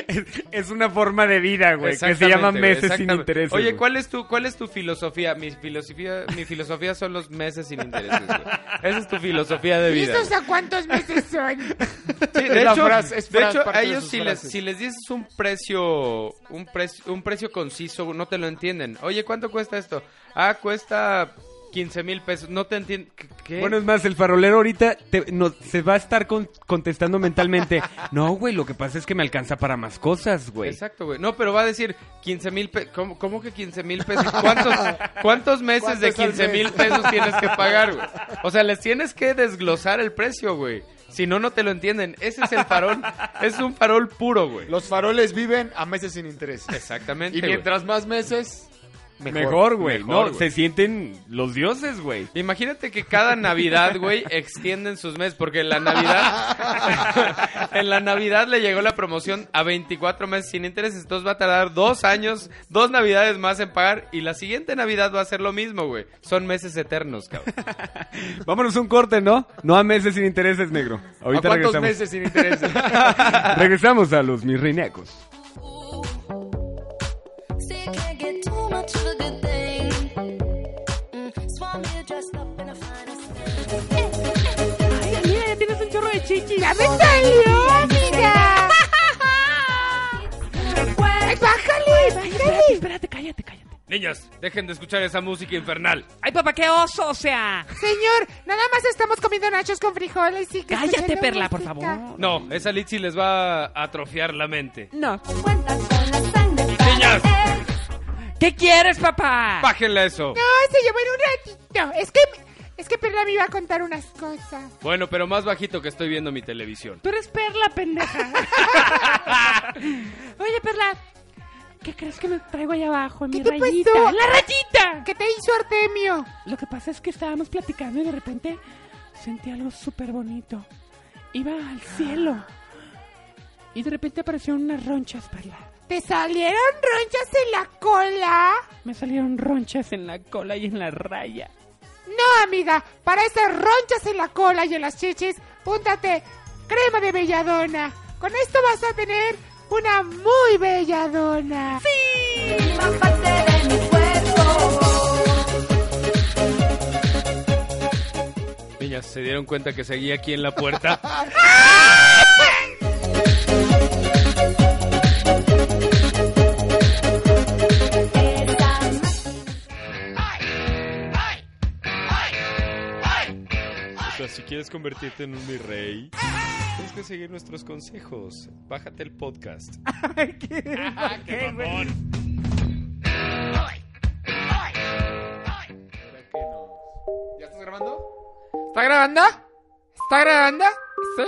C: Es, es una forma de vida, güey, que se
A: Exactamente,
C: llama
A: güey,
C: meses sin
A: exactamente.
C: interés.
A: Oye, ¿cuál es tu, cuál es tu filosofía? Mi filosofía, mi filosofía son los meses sin intereses, güey. Esa es tu filosofía de vida. güey.
D: a cuántos meses son?
A: Sí, de
B: Es la
A: hecho,
B: frase, es
A: de
B: fra-
A: hecho,
B: parte
A: a
B: de
A: ellos
B: sus
A: si les,
B: frases.
A: si les dices un precio, un precio, un precio conciso, no te lo entienden. Oye, ¿cuánto cuesta esto? Ah, cuesta 15 mil pesos. No te entienden. ¿Qué?
C: Bueno, es más, el farolero ahorita te- no- se va a estar con- contestando mentalmente. No, güey, lo que pasa es que me alcanza para más cosas, güey.
A: Exacto, güey. No, pero va a decir 15 mil pesos. ¿Cómo, cómo que 15 mil pesos? ¿Cuántos, cuántos meses de
B: ¿Cuántos al
A: 15 mil
B: mes?
A: pesos tienes que pagar, güey? O sea, les tienes que desglosar el precio, güey. Si no, no te lo entienden. Ese es el farol. es un farol puro, güey.
B: los faroles viven a meses sin interés.
A: Exactamente.
B: Y
A: güey.
B: mientras más meses, mejor.
C: Mejor, güey.
A: Mejor,
C: No,
A: güey.
C: se sienten los dioses, güey.
A: Imagínate que cada Navidad, güey, extienden sus meses, porque en la Navidad, en la Navidad le llegó la promoción a 24 meses sin intereses, entonces va a tardar dos años, dos Navidades más en pagar, y la siguiente Navidad va a ser lo mismo, güey. Son meses eternos, cabrón.
C: Vámonos un corte, ¿no? No a meses sin intereses, negro.
B: ¿A
C: Ahorita
B: cuántos
C: regresamos.
B: meses sin interés?
C: Regresamos a los mis reinecos.
F: See, you can't get too much of a good thing. Mm, so I'm here dressed up in a finest
D: Mira, tienes un chorro de chichis. ¡Ya me salió, mira! ¡Ay, bájale! ¡Bájale!
G: Espérate, cállate, cállate.
A: Niñas, dejen de escuchar esa música infernal.
G: Ay, papá, qué oso, o sea.
D: Señor, nada más estamos comiendo nachos con frijoles y que
G: Cállate,
D: escuchando
G: Perla, por
D: música.
G: favor.
A: No, esa Litsi les va a atrofiar la mente.
G: No.
A: Niñas,
G: ¿Qué quieres, papá?
A: bájenla eso.
D: No, se llevó en un ratito. Es que, es que Perla me iba a contar unas cosas.
A: Bueno, pero más bajito que estoy viendo mi televisión.
G: Tú eres Perla, pendeja.
D: Oye, Perla,
G: ¿Qué crees que me traigo allá abajo? Mi
D: ¿Qué te
G: rayita.
D: pasó?
G: ¡La rayita!
D: ¿qué te hizo Artemio?
G: Lo que pasa es que estábamos platicando y de repente sentí algo súper bonito. Iba al cielo. Y de repente aparecieron unas ronchas, Perla.
D: ¿Te salieron ronchas en la cola?
G: Me salieron ronchas en la cola y en la raya.
D: No, amiga, para esas ronchas en la cola y en las chichis, púntate crema de belladona. Con esto vas a tener una muy belladona.
A: Niñas, ¿se dieron cuenta que seguía aquí en la puerta?
F: Esa
D: ¡Ay!
A: Consulta, si quieres convertirte en un mi rey, tienes que seguir nuestros consejos. Bájate el podcast. Ah,
B: ¡Qué mamón! ¿Ya estás grabando? ¿Está grabando? ¿Está grabando? ¿Sí?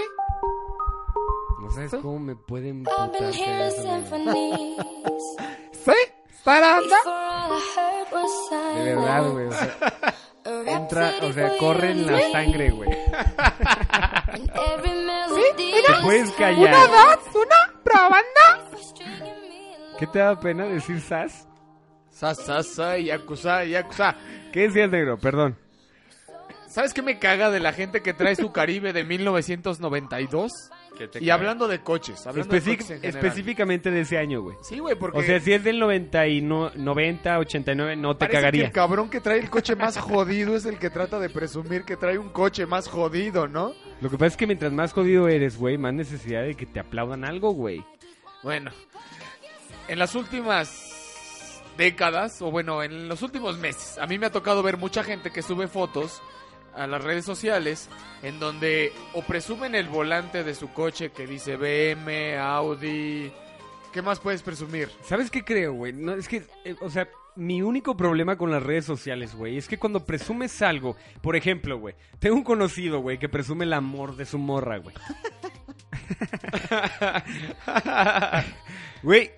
C: No sabes cómo me pueden
H: I've been hearing symphonies.
B: ¿Sí? ¿Está grabando?
H: Before all I heard was
C: De verdad,
H: silence.
C: güey. O sea,
H: A
C: entra,
H: rhapsody
C: o
H: for
C: sea, corre en la
H: you and
C: sangre, güey.
H: me. And every melody
C: Te
H: is
C: puedes
B: ¿Una,
C: callar.
B: dos, una? ¿Probando?
H: stringing me along.
C: ¿Qué te da pena decir sas?
B: Sa, sa, sa, yakuza, yakuza.
C: ¿Qué decías, negro? Perdón.
B: ¿Sabes qué me caga de la gente que trae su Caribe de 1992?
A: Que te
B: Y
A: cae.
B: hablando de coches, hablando de
C: Especi-
B: coches en general.
C: específicamente de ese año, güey.
B: Sí, güey, porque
C: O sea, si es del 90, y no- 90 89, no te
B: parece que
C: cagaría.
B: el cabrón que trae el coche más jodido es el que trata de presumir que trae un coche más jodido, ¿no?
C: Lo que pasa es que mientras más jodido eres, güey, más necesidad de que te aplaudan algo, güey.
B: Bueno, en las últimas décadas, o bueno, en los últimos meses, a mí me ha tocado ver mucha gente que sube fotos a las redes sociales en donde o presumen el volante de su coche que dice BM, Audi... ¿Qué más puedes presumir?
C: ¿Sabes qué creo, güey? No, es que, eh, o sea, mi único problema con las redes sociales, güey, es que cuando presumes algo, por ejemplo, güey, tengo un conocido, güey, que presume el amor de su morra, güey. Güey,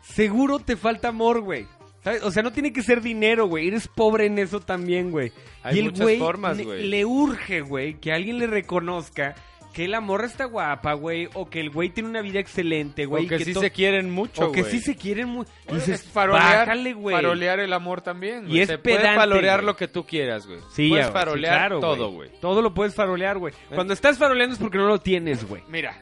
C: seguro te falta amor, güey. ¿Sabes? O sea, no tiene que ser dinero, güey. Eres pobre en eso también, güey.
A: Hay
C: y el
A: muchas
C: güey
A: formas,
C: ne-
A: güey.
C: le urge, güey, que alguien le reconozca que la morra está guapa, güey, o que el güey tiene una vida excelente, güey.
A: o
C: y
A: que, sí
C: to-
A: se quieren mucho,
C: o que
A: güey.
C: sí se quieren mucho. Dices,
B: Es farolear,
C: bájale, güey.
B: farolear el amor también. güey.
C: Y es
A: Te
C: pedante,
A: puedes farolear
C: güey.
A: lo que tú quieras, güey.
C: Sí,
A: puedes
C: ya, güey,
A: farolear
C: sí, claro,
A: todo, güey.
C: Todo lo puedes farolear, güey. Cuando estás faroleando es porque no lo tienes, güey.
B: Mira,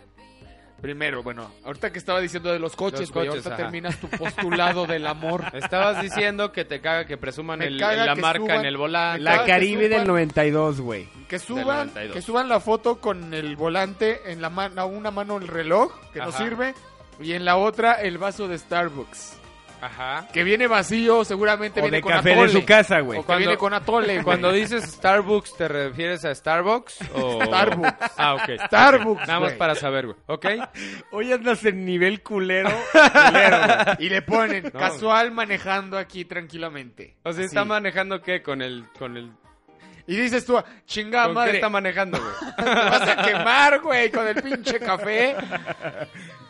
B: primero, bueno, ahorita que estaba diciendo de los coches,
A: Los
B: güey,
A: coches,
B: ahorita
A: ajá.
B: terminas tu postulado del amor.
A: Estabas diciendo que te caga que presuman
B: Me
A: el-
B: caga
A: la
B: que
A: marca
B: suban
A: en el volante.
B: la
C: La
B: Acabas de
C: Caribe
B: supan-
C: del 92, güey.
B: Que suban,
A: 92.
B: que suban la foto con el volante en la mano, a una mano el reloj, que no
A: Ajá.
B: sirve, y en la otra el vaso de Starbucks,
A: Ajá.
B: que viene vacío, seguramente
C: O
B: viene
C: de
B: con
C: café de
B: atole.
C: su casa, güey.
B: O que
A: Cuando-
B: viene con atole,
A: Cuando
B: cuando
A: dices Starbucks, ¿te refieres a Starbucks
C: Oh.
A: o...?
B: Starbucks.
A: Ah, ok.
B: Starbucks,
A: Nada más
B: güey.
A: para saber, güey. ¿Ok?
C: Hoy andas en nivel culero.
B: y le ponen casual manejando aquí tranquilamente.
A: O sea,
B: Así.
A: ¿está manejando qué? Con el... Con el...
B: Y dices tú, "Ah, chingada
A: ¿Con
B: madre,
A: qué está manejando, güey?
B: Te vas a quemar, güey, con el pinche café.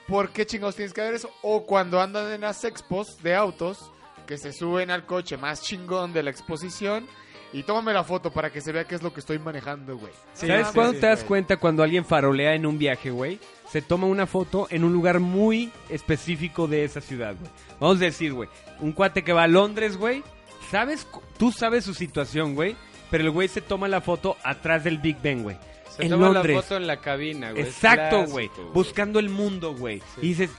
B: ¿Por qué chingados tienes que ver eso? O cuando andan en las expos de autos, que se suben al coche más chingón de la exposición y tómame la foto para que se vea qué es lo que estoy manejando, güey.
C: ¿Sabes
B: sí,
C: cuándo
B: sí,
C: te das
B: güey.
C: cuenta cuando alguien farolea en un viaje, güey? Se toma una foto en un lugar muy específico de esa ciudad, güey. Vamos a decir, güey, un cuate que va a Londres, güey. ¿Sabes? cu- Tú sabes su situación, güey. Pero el güey se toma la foto atrás del Big Ben, güey.
A: Se
C: En
A: toma
C: Londres.
A: la foto en la cabina, güey. Es
C: Exacto,
A: clásico,
C: güey. Buscando el mundo, güey. Y dices.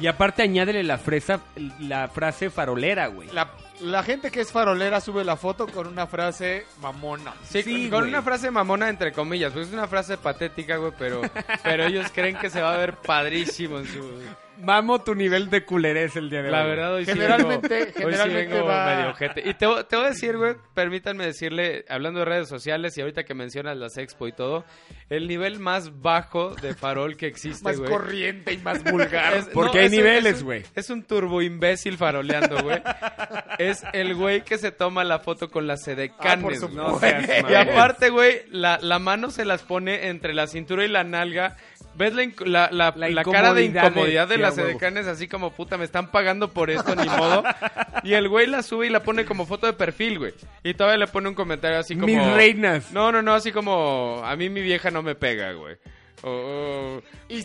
C: Y aparte añádele la fresa, la frase farolera, güey.
B: La, la gente que es farolera sube la foto con una frase mamona.
A: Sí,
C: Sí,
A: con
C: güey.
A: una frase mamona entre comillas, porque es una frase patética, güey, pero, pero ellos creen que se va a ver padrísimo en su...
C: Mamo tu nivel de culerez el día de hoy.
A: La verdad, hoy sí
B: Generalmente-
A: vengo- hoy sí
B: generalmente
A: vengo
B: va-
A: medio ojete. Y te, vo- te voy a decir, güey, permítanme decirle, hablando de redes sociales y ahorita que mencionas las expo y todo, el nivel más bajo de farol que existe,
B: Más
A: güey.
B: corriente y más vulgar.
A: Es-
C: Ah, Porque hay
A: es un-
C: niveles,
A: es un-
C: güey.
A: Es un turbo imbécil faroleando, güey. es el güey que se toma la foto con las
C: Ah,
A: sedecanes. güey.
C: No seas
A: Y
C: mamón.
A: aparte, güey, la, la mano se las pone entre la cintura y la nalga. ¿Ves la, inc- la, la-
C: La
A: la cara de
C: incomodidad de-
A: incomodidad de,
C: sí, a
A: las
C: huevo.
A: edecanes? Así como, puta, me están pagando por esto, ni modo. Y el güey la sube y la pone como foto de perfil, güey. Y todavía le pone un comentario así como...
C: Mis reinas.
A: No, no, no, así como, a mí mi vieja no me pega, güey. O- o-
B: Y, y-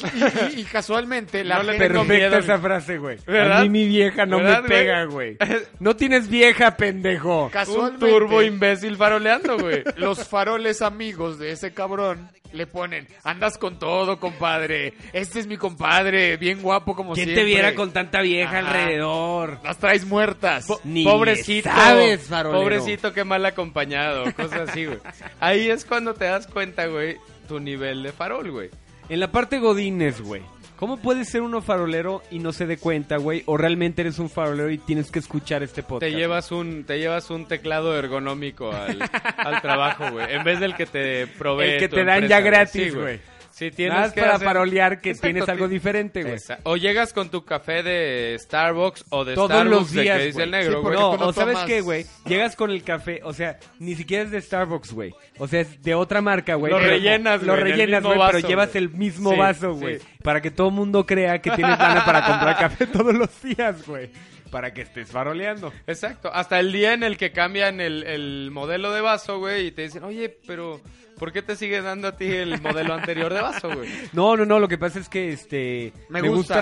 B: y- y casualmente la
A: No le
B: gente-
A: tengo
C: Perfecta
A: miedo,
C: esa frase, güey.
A: ¿Verdad?
C: A mí mi vieja no
A: ¿Verdad,
C: me
A: güey?
C: pega, güey. No tienes vieja, pendejo.
A: un
B: casualmente
A: turbo imbécil faroleando, güey.
B: los faroles amigos de ese cabrón le ponen, andas con todo, compadre. Este es mi compadre, bien guapo como
C: ¿Quién
B: siempre.
C: te viera con tanta
B: Ajá.
C: vieja alrededor?
B: Las traes muertas.
C: Ni
A: pobrecito,
C: sabes, farolero.
A: pobrecito, qué mal acompañado, cosas así, güey. Ahí es cuando te das cuenta, güey, tu nivel de farol, güey.
C: En la parte Godines, güey. ¿Cómo puedes ser uno farolero y no se dé cuenta, güey? O realmente eres un farolero y tienes que escuchar este podcast.
A: Te llevas un, te llevas un teclado ergonómico al, al trabajo, güey. En vez del que te provee.
C: El que
A: tu
C: te dan
A: empresa,
C: ya gratis,
A: Sí,
C: güey.
A: Sí, tienes
C: Nada más
A: que
C: para
A: hacer-
C: farolear que
A: Exacto,
C: tienes algo
A: ti-
C: diferente, güey.
A: Exa- O llegas con tu café de Starbucks o de
C: Todos
A: Starbucks
C: los
A: de
C: días,
A: que dice
C: güey.
A: el
B: Sí,
A: negro, güey.
B: porque
C: No,
B: tú no
C: o sabes
B: tomas-
C: qué, güey. Llegas con el café, o sea, ni siquiera es de Starbucks, güey. O sea, es de otra marca, güey.
A: Lo
C: pero-
A: rellenas,
C: Lo
A: güey, en el
C: rellenas,
A: mismo
C: güey, pero
A: vaso,
C: llevas
A: güey.
C: el mismo
A: Sí,
C: vaso,
A: sí.
C: güey. Para que todo el mundo crea que tienes lana para comprar café todos los días, güey. Para que estés faroleando.
A: Exacto, hasta el día en el que cambian el, el modelo de vaso, güey, y te dicen, oye, pero ¿por qué te sigue dando a ti el modelo anterior de vaso, güey?
C: No, no, no, lo que pasa es que este
B: Me
C: me,
B: gusta.
C: gusta.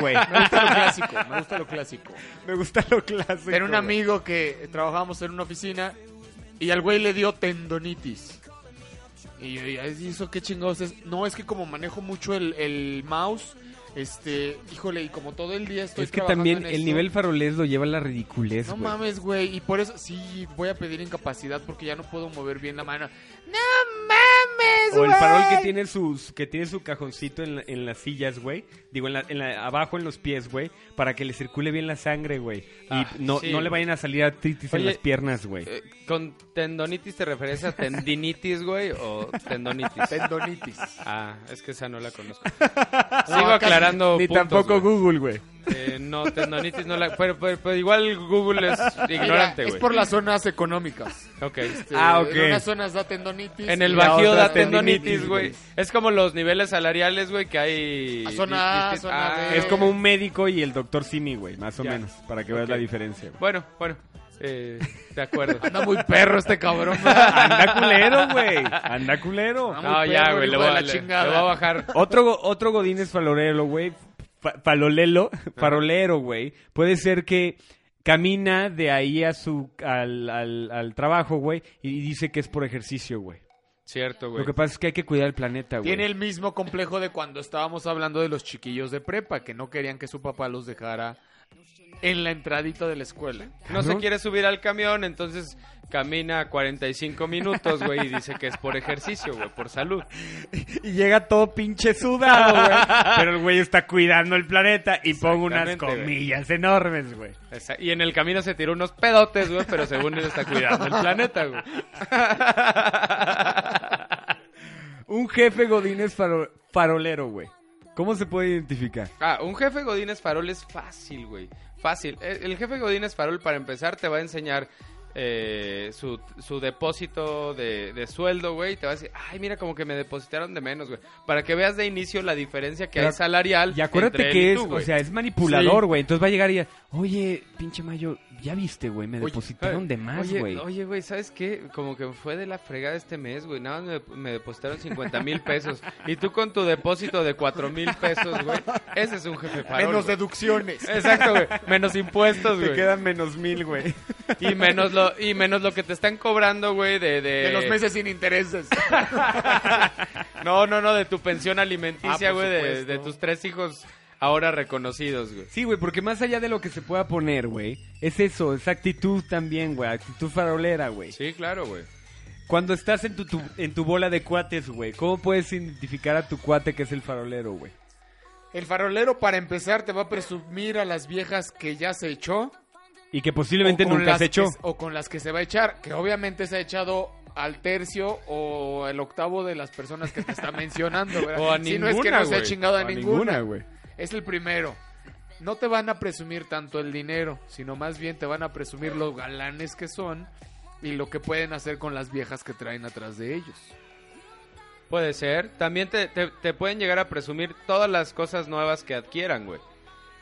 C: güey.
B: Me gusta lo clásico, me gusta lo clásico.
C: me gusta lo clásico.
B: Tenía un
C: güey.
B: amigo que trabajábamos en una oficina y al güey le dio tendonitis. Y yo dije, "Ay, ¿y eso qué chingados es? No, es que como manejo mucho el, el mouse, este, híjole, y como todo el día estoy
C: Es que
B: trabajando
C: también
B: en
C: el
B: esto,
C: nivel farolés lo lleva a la ridiculez,
B: No
C: güey.
B: mames, güey, y por eso sí voy a pedir incapacidad porque ya no puedo mover bien la mano. ¡No mames,
C: O el
B: güey!
C: farol que tiene sus que tiene su cajoncito en, la- en las sillas, güey. Digo, en la, en la- abajo en los pies, güey, para que le circule bien la sangre, güey. Y
A: Ah,
C: no,
A: sí,
C: no le
A: güey.
C: vayan a salir artritis en
A: Oye,
C: las piernas, güey.
A: Eh, ¿Con tendonitis te refieres a tendinitis, güey, o tendonitis?
B: Tendonitis.
A: Ah, es que esa no la conozco.
B: No,
A: Sigo
B: acá-
A: aclarando
C: Ni
A: puntos, güey.
C: tampoco Google, güey.
A: Eh, no, tendonitis no la... Pero, pero- pero igual Google es ignorante, güey.
B: Mira, Es por las zonas económicas.
A: Ok.
C: Ah, ok.
B: En unas zonas da tendonitis.
A: En
B: y
A: el
B: la
A: Bajío
B: otra
A: da tendonitis, güey. Es como los niveles salariales, güey, que hay...
B: A zona Ah, A,
A: disti-
B: zona
A: Ah,
B: B.
A: es
C: Es como un médico y el doctor Simi, güey, más o
A: Ya.
C: menos, para que veas
A: Ok.
C: la diferencia, güey.
A: Bueno, bueno, eh, de acuerdo.
B: Anda muy perro este cabrón.
C: Anda culero, güey. Anda culero.
B: Ah,
A: No,
B: muy
A: ya,
B: perro,
A: güey, le
B: hijo
A: voy,
B: de
A: a,
B: la
A: le-
B: chingada.
A: le voy a bajar.
C: Otro, go- otro Godínez falorero, güey. fa- falolelo,
A: Ah.
C: farolero, güey. Puede ser que camina de ahí a su, al, al, al trabajo, güey, y dice que es por ejercicio, güey.
A: Cierto, güey.
C: Lo que pasa es que hay que cuidar el planeta, güey.
B: Tiene el mismo complejo de cuando estábamos hablando de los chiquillos de prepa, que no querían que su papá los dejara en la entradita de la escuela.
A: No se
C: cabrón.
A: quiere subir al camión, entonces camina 45 minutos, güey, y dice que es por ejercicio, güey, por salud.
C: Y llega todo pinche sudado, güey. Pero el güey está cuidando el planeta y pongo unas
A: Exactamente, güey.
C: comillas enormes, güey.
A: Esa- Y en el camino se tiró unos pedotes, güey, pero según él está cuidando el planeta, güey.
C: Un jefe Godínez faro- farolero, güey. ¿Cómo se puede identificar?
A: Ah, un jefe Godínez Farol es fácil, güey. Fácil. El, el jefe Godínez Farol, para empezar, te va a enseñar eh, su, su depósito de, de sueldo, güey. y Te va a decir, ay, mira, como que me depositaron de menos, güey. Para que veas de inicio la diferencia que
C: Pero-
A: hay salarial.
C: Y acuérdate
A: entre él
C: que
A: y
C: es,
A: tú,
C: o
A: güey.
C: sea, es manipulador,
A: Sí.
C: güey. Entonces va a llegar y ya, oye, pinche Mayo, ya viste, güey, me
A: Oye,
C: depositaron de más,
A: oye,
C: güey.
A: Oye, güey, ¿sabes qué? Como que fue de la fregada este mes, güey. Nada más me, me depositaron 50 mil pesos. Y tú con tu depósito de 4 mil pesos, güey. Ese es un jefe farol.
B: Menos
A: güey.
B: deducciones.
A: Exacto, güey. Menos impuestos,
C: Te
A: güey.
C: quedan menos mil, güey.
A: Y menos lo, y menos lo que te están cobrando, güey, de, de...
B: De los meses sin intereses.
A: No, no, no, de tu pensión alimenticia,
B: Ah, por
A: güey, de,
B: supuesto.
A: de tus tres hijos ahora reconocidos, güey.
C: Sí, güey, porque más allá de lo que se pueda poner, güey, es eso, es actitud también, güey, actitud farolera, güey.
A: Sí, claro, güey.
C: Cuando estás en tu, tu- en tu bola de cuates, güey, ¿cómo puedes identificar a tu cuate que es el farolero, güey?
B: El farolero, para empezar, te va a presumir a las viejas que ya se echó.
C: Y que posiblemente
B: o con
C: nunca
B: las
C: has hecho.
B: que- o con las que se va a echar, que obviamente se ha echado al tercio o el octavo de las personas que te está mencionando, ¿verdad?
A: O a
B: si no es que
A: ninguna,
B: no se ha
A: güey.
B: chingado a,
C: A
B: ninguna.
C: güey.
B: Es el primero. No te van a presumir tanto el dinero, sino más bien te van a presumir los galanes que son y lo que pueden hacer con las viejas que traen atrás de ellos.
A: Puede ser. También te, te- te pueden llegar a presumir todas las cosas nuevas que adquieran, güey.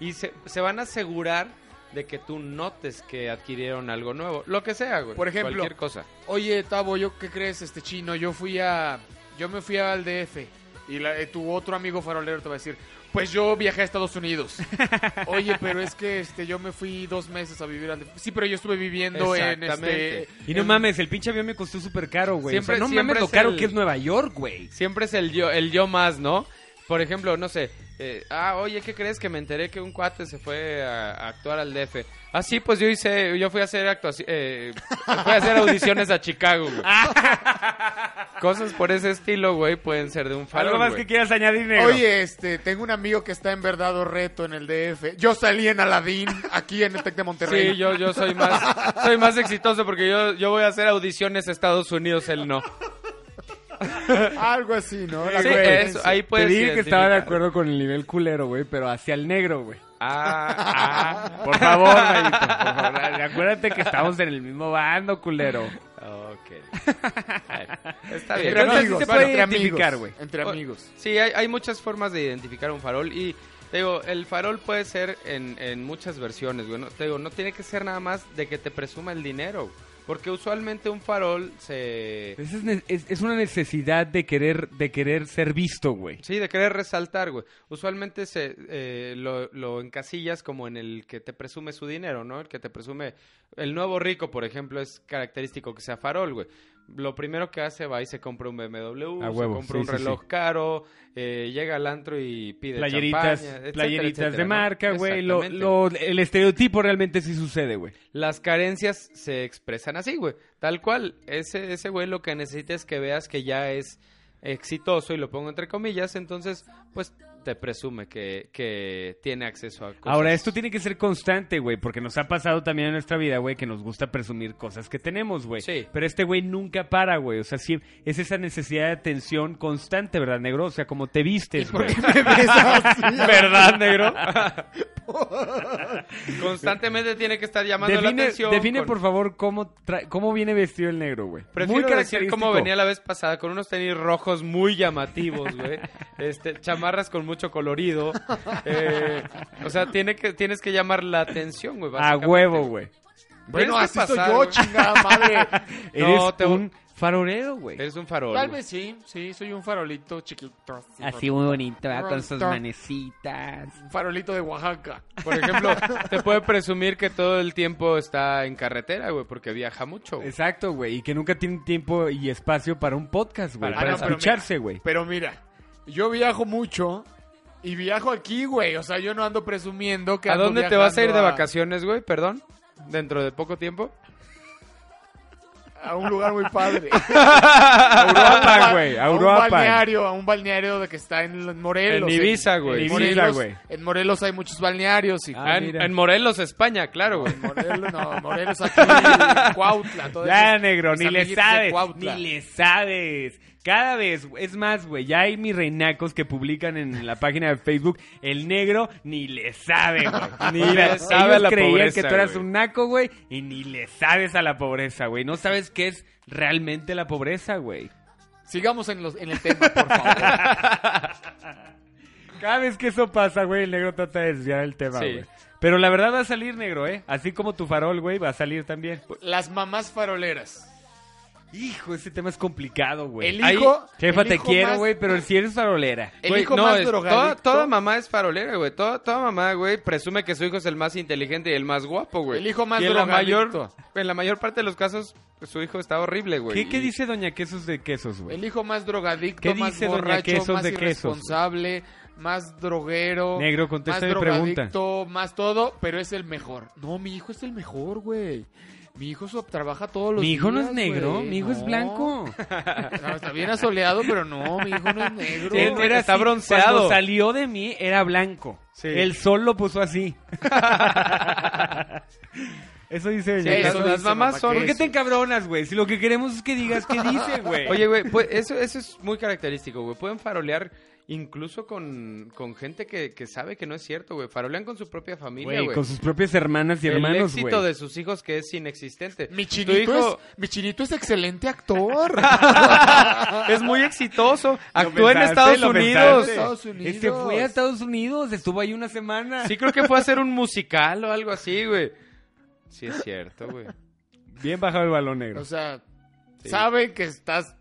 A: Y se, se van a asegurar de que tú notes que adquirieron algo nuevo. Lo que sea, güey.
B: Por ejemplo.
A: Cualquier cosa.
B: Oye, Tavo, ¿yo qué crees, este chino? Yo fui a. Yo me fui al DF. Y la- eh, tu otro amigo farolero te va a decir: Pues yo viajé a Estados Unidos. Oye, pero es que este, yo me fui dos meses a vivir al DF. Sí, pero yo estuve viviendo en este.
A: Exactamente.
C: Y no
B: en-
C: mames, el pinche avión me costó súper caro, güey. O sea,
A: Siempre-
C: no
A: siempre
C: mames lo
A: es
C: caro
A: el-
C: que es Nueva York, güey.
A: Siempre es el yo, el yo más, ¿no? Por ejemplo, no sé. eh, ah, oye, ¿qué crees? Que me enteré que un cuate se fue a, a actuar al DF. Ah, sí, pues yo hice, yo fui a hacer actuaci- eh, fui a hacer audiciones a Chicago, güey. cosas por ese estilo, güey, pueden ser de un farol.
C: Algo más
A: güey.
C: que quieras añadir, negro.
B: Oye, este, tengo un amigo que está en verdadero reto en el DF. Yo salí en Aladín, aquí en el Tec de Monterrey.
A: Sí, yo, yo soy más soy más exitoso porque yo, yo voy a hacer audiciones a Estados Unidos, él no.
B: Algo así, ¿no? La
A: Sí,
B: competencia.
A: eso, ahí
C: Te
A: puedes
C: dije que estaba de
A: identificar.
C: acuerdo con el nivel culero, güey, pero hacia el negro, güey.
A: Ah, ah.
C: Por favor, Mayito, por favor. Acuérdate que estamos en el mismo bando, culero.
A: Ok. Está bien.
B: Entre
C: Entonces,
B: amigos,
C: sí se puede
B: bueno, entre
C: identificar,
B: amigos.
C: güey.
B: Entre
A: O-
B: amigos.
A: Sí, hay, hay muchas formas de identificar un farol y te digo, el farol puede ser en, en muchas versiones, güey. No, te digo, no tiene que ser nada más de que te presuma el dinero, porque usualmente un farol se...
C: Es, es- es- es una necesidad de querer, de querer ser visto, güey.
A: Sí, de querer resaltar, güey. Usualmente se eh, lo, lo encasillas como en el que te presume su dinero, ¿no? El que te presume... El nuevo rico, por ejemplo, es característico que sea farol, güey. Lo primero que hace va y se compra un BMW,
C: A huevo,
A: se compra
C: sí,
A: un
C: sí,
A: reloj caro, eh, llega al antro y pide
C: Playeritas,
A: champaña, etcétera,
C: playeritas
A: etcétera,
C: de
A: ¿no?
C: marca, güey. Lo,
A: Exactamente.
C: lo- el estereotipo realmente sí sucede, güey.
A: Las carencias se expresan así, güey. Tal cual. Ese, ese güey lo que necesita es que veas que ya es exitoso, y lo pongo entre comillas, entonces, pues te presume que, que tiene acceso a cosas.
C: Ahora, esto tiene que ser constante, güey, porque nos ha pasado también en nuestra vida, güey, que nos gusta presumir cosas que tenemos, güey.
A: Sí.
C: Pero este güey nunca para, güey. O sea, sí, es esa necesidad de atención constante, ¿verdad, negro? O sea, como te vistes, güey. ¿Verdad, negro?
A: Constantemente tiene que estar llamando la
C: define,
A: atención.
C: define,
A: con-
C: por favor, cómo, tra- cómo viene vestido el negro, güey.
A: Prefiero decir
C: característico.
A: como venía la vez pasada, con unos tenis rojos muy llamativos, güey. Este, chamarras con mucho colorido. Eh, o sea, tiene que, tienes que llamar la atención, güey.
C: A
A: básicamente.
C: huevo, güey.
B: Bueno,
A: Tienes
B: así
A: que
B: soy
A: pasar,
B: yo,
A: güey.
B: chingada madre.
C: Eres
A: te-
C: un farolero, güey.
A: Eres un farol.
B: Tal
A: güey.
B: vez sí, sí, soy un farolito chiquito. así,
I: muy bonito, ¿verdad?
B: Con sus
I: manecitas.
B: Un farolito de Oaxaca.
A: Por ejemplo, te puede presumir que todo el tiempo está en carretera, güey, porque viaja mucho. güey.
C: Exacto, güey. Y que nunca tiene tiempo y espacio para un podcast, güey.
B: Ah,
C: Para,
B: no, pero
C: escucharse,
B: mira,
C: güey.
B: Pero mira, yo viajo mucho y viajo aquí, güey. O sea, yo no ando presumiendo que
A: ¿A
B: ando
A: dónde te vas a ir de
B: viajando
A: vacaciones, güey? Perdón. Dentro de poco tiempo.
B: A un lugar muy padre.
C: A Europa, güey. A
B: un
C: Europa.
B: balneario, a un balneario de que está en Morelos.
A: En Ibiza, güey.
B: En
C: Ibiza,
B: Morelos,
C: güey.
B: en Morelos hay muchos balnearios. Y,
C: Ah,
A: Ah, en,
C: mira.
A: en Morelos, España, claro, güey.
B: En Morelos, no, Morelos aquí, en Cuautla. todo
C: Ya,
B: eso.
C: negro,
B: Mis
C: ni le
B: amiguitos de
C: sabes.
B: Cuautla.
C: Ni le sabes. Cada vez, güey, es más, güey, ya hay mis reinacos que publican en la página de Facebook, el negro ni le sabe, güey. Ni le sabe a la pobreza, que tú eras
A: güey.
C: un naco, güey, y ni le sabes a la pobreza, güey. No sabes qué es realmente la pobreza, güey.
B: Sigamos en, los, en el tema, por favor.
C: Cada vez que eso pasa, güey, el negro trata de desviar el tema,
A: Sí.
C: güey. Pero la verdad va a salir negro, ¿eh? Así como tu farol, güey, va a salir también.
B: Pues, Las mamás faroleras.
C: Hijo, ese tema es complicado, güey.
B: El
A: Ahí-
B: hijo.
C: Jefa,
B: el
C: te
B: hijo
C: quiero,
B: más-
C: güey, pero si eres farolera.
B: El
A: Güey,
B: hijo
A: no, es-
B: más
A: toda,
B: drogadicto.
A: toda mamá es farolera, güey. Toda, toda mamá, güey, presume que su hijo es el más inteligente y el más guapo, güey.
B: El hijo más
A: y en la mayor,
B: drogadicto.
A: en la mayor parte de los casos, pues, su hijo está horrible, güey.
C: ¿Qué, qué
A: Y-
C: dice Doña Quesos de Quesos, güey?
B: El hijo más drogadicto,
C: ¿Qué
B: más
C: dice Doña
B: borracho,
C: Quesos
B: más
C: de Quesos?
B: irresponsable, más droguero.
C: Negro, contesta
B: más
C: mi pregunta.
B: drogadicto, Más todo, pero es el mejor. No, mi hijo es el mejor, güey. Mi hijo so- trabaja todos los días.
C: Mi hijo no es negro,
B: güey.
C: mi hijo es
B: No.
C: blanco.
B: No, está bien asoleado, pero no, mi hijo no es negro.
A: Él era está
C: así.
A: bronceado.
C: Cuando salió de mí, era blanco.
A: Sí.
C: El sol lo puso así. eso dice Doña
A: Sí,
B: Eso
A: las- las mamás
B: dice mamá
A: son-
B: que
C: ¿Por qué te encabronas, güey? Si lo que queremos es que digas qué dice, güey.
A: Oye, güey, pues, eso, eso es muy característico, güey. Pueden farolear incluso con, con gente que, que sabe que no es cierto, güey. Farolean con su propia familia,
C: Güey,
A: güey.
C: con sus propias hermanas y
A: El
C: hermanos,
A: éxito
C: güey.
A: de sus hijos que es inexistente.
B: Mi
A: Tu
B: chinito,
A: hijo
B: es, mi chinito es excelente actor.
C: Ah,
A: es muy exitoso.
C: Lo
A: Actúa en
C: pensaste,
A: Estados
C: lo
A: Unidos.
C: pensaste.
B: Estados Unidos.
C: Este fue a Estados Unidos, estuvo ahí una semana.
A: Sí, creo que fue a hacer un musical o algo así, güey. Sí, es cierto, güey.
C: Bien bajado el balón negro.
B: O sea, saben que estás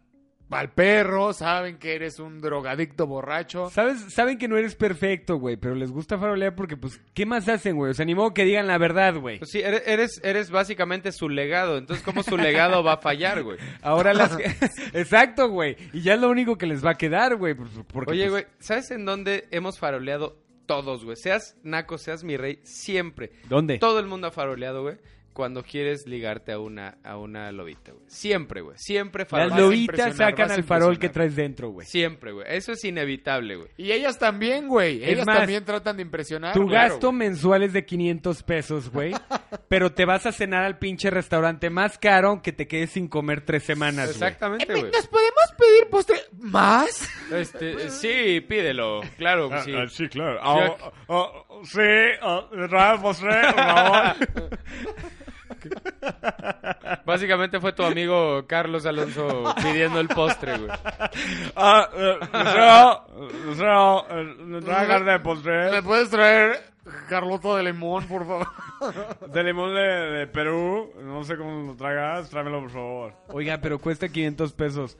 B: al perro, saben que eres un drogadicto borracho.
C: ¿Sabes? Saben que no eres perfecto, güey, pero les gusta farolear porque, pues, ¿qué más hacen, güey? O sea, ni modo que digan la verdad, güey.
A: Pues sí, eres, eres, eres básicamente su legado. Entonces, ¿cómo su legado va a fallar, güey?
C: Ahora las... Exacto, güey. Y ya es lo único que les va a quedar, güey. pues, Porque,
A: Oye,
C: pues,
A: güey, ¿sabes en dónde hemos faroleado todos, güey? Seas naco, seas mi rey, siempre.
C: ¿Dónde?
A: Todo el mundo ha faroleado, güey. cuando quieres ligarte a una, a una lobita, güey. Siempre, güey. Siempre farol.
C: Las
B: Vas a
C: lobitas
B: impresionar,
C: sacan
B: vas a
C: al farol
B: impresionar.
C: que traes dentro, güey.
A: Siempre, güey. Eso es inevitable, güey.
B: Y ellas también, güey.
C: Es
B: Ellas
C: más,
B: también tratan de impresionar.
C: Tu
B: güey.
C: gasto mensual es de 500 pesos, güey. pero te vas a cenar al pinche restaurante más caro aunque te quedes sin comer tres
A: Ah,
C: semanas, güey.
A: Exactamente, güey.
B: ¿Nos podemos pedir postre más?
A: Este, sí, pídelo. Claro, que sí.
C: claro.
A: Ah,
C: sí, por favor.
A: ah, Básicamente fue tu amigo Carlos Alonso pidiendo el postre, güey.
C: de postre.
B: ¿Me puedes traer Carlota de Limón, por favor?
C: De limón de, Perú. No sé cómo lo tragas. Tráemelo, por favor. Oiga, pero cuesta 500 pesos.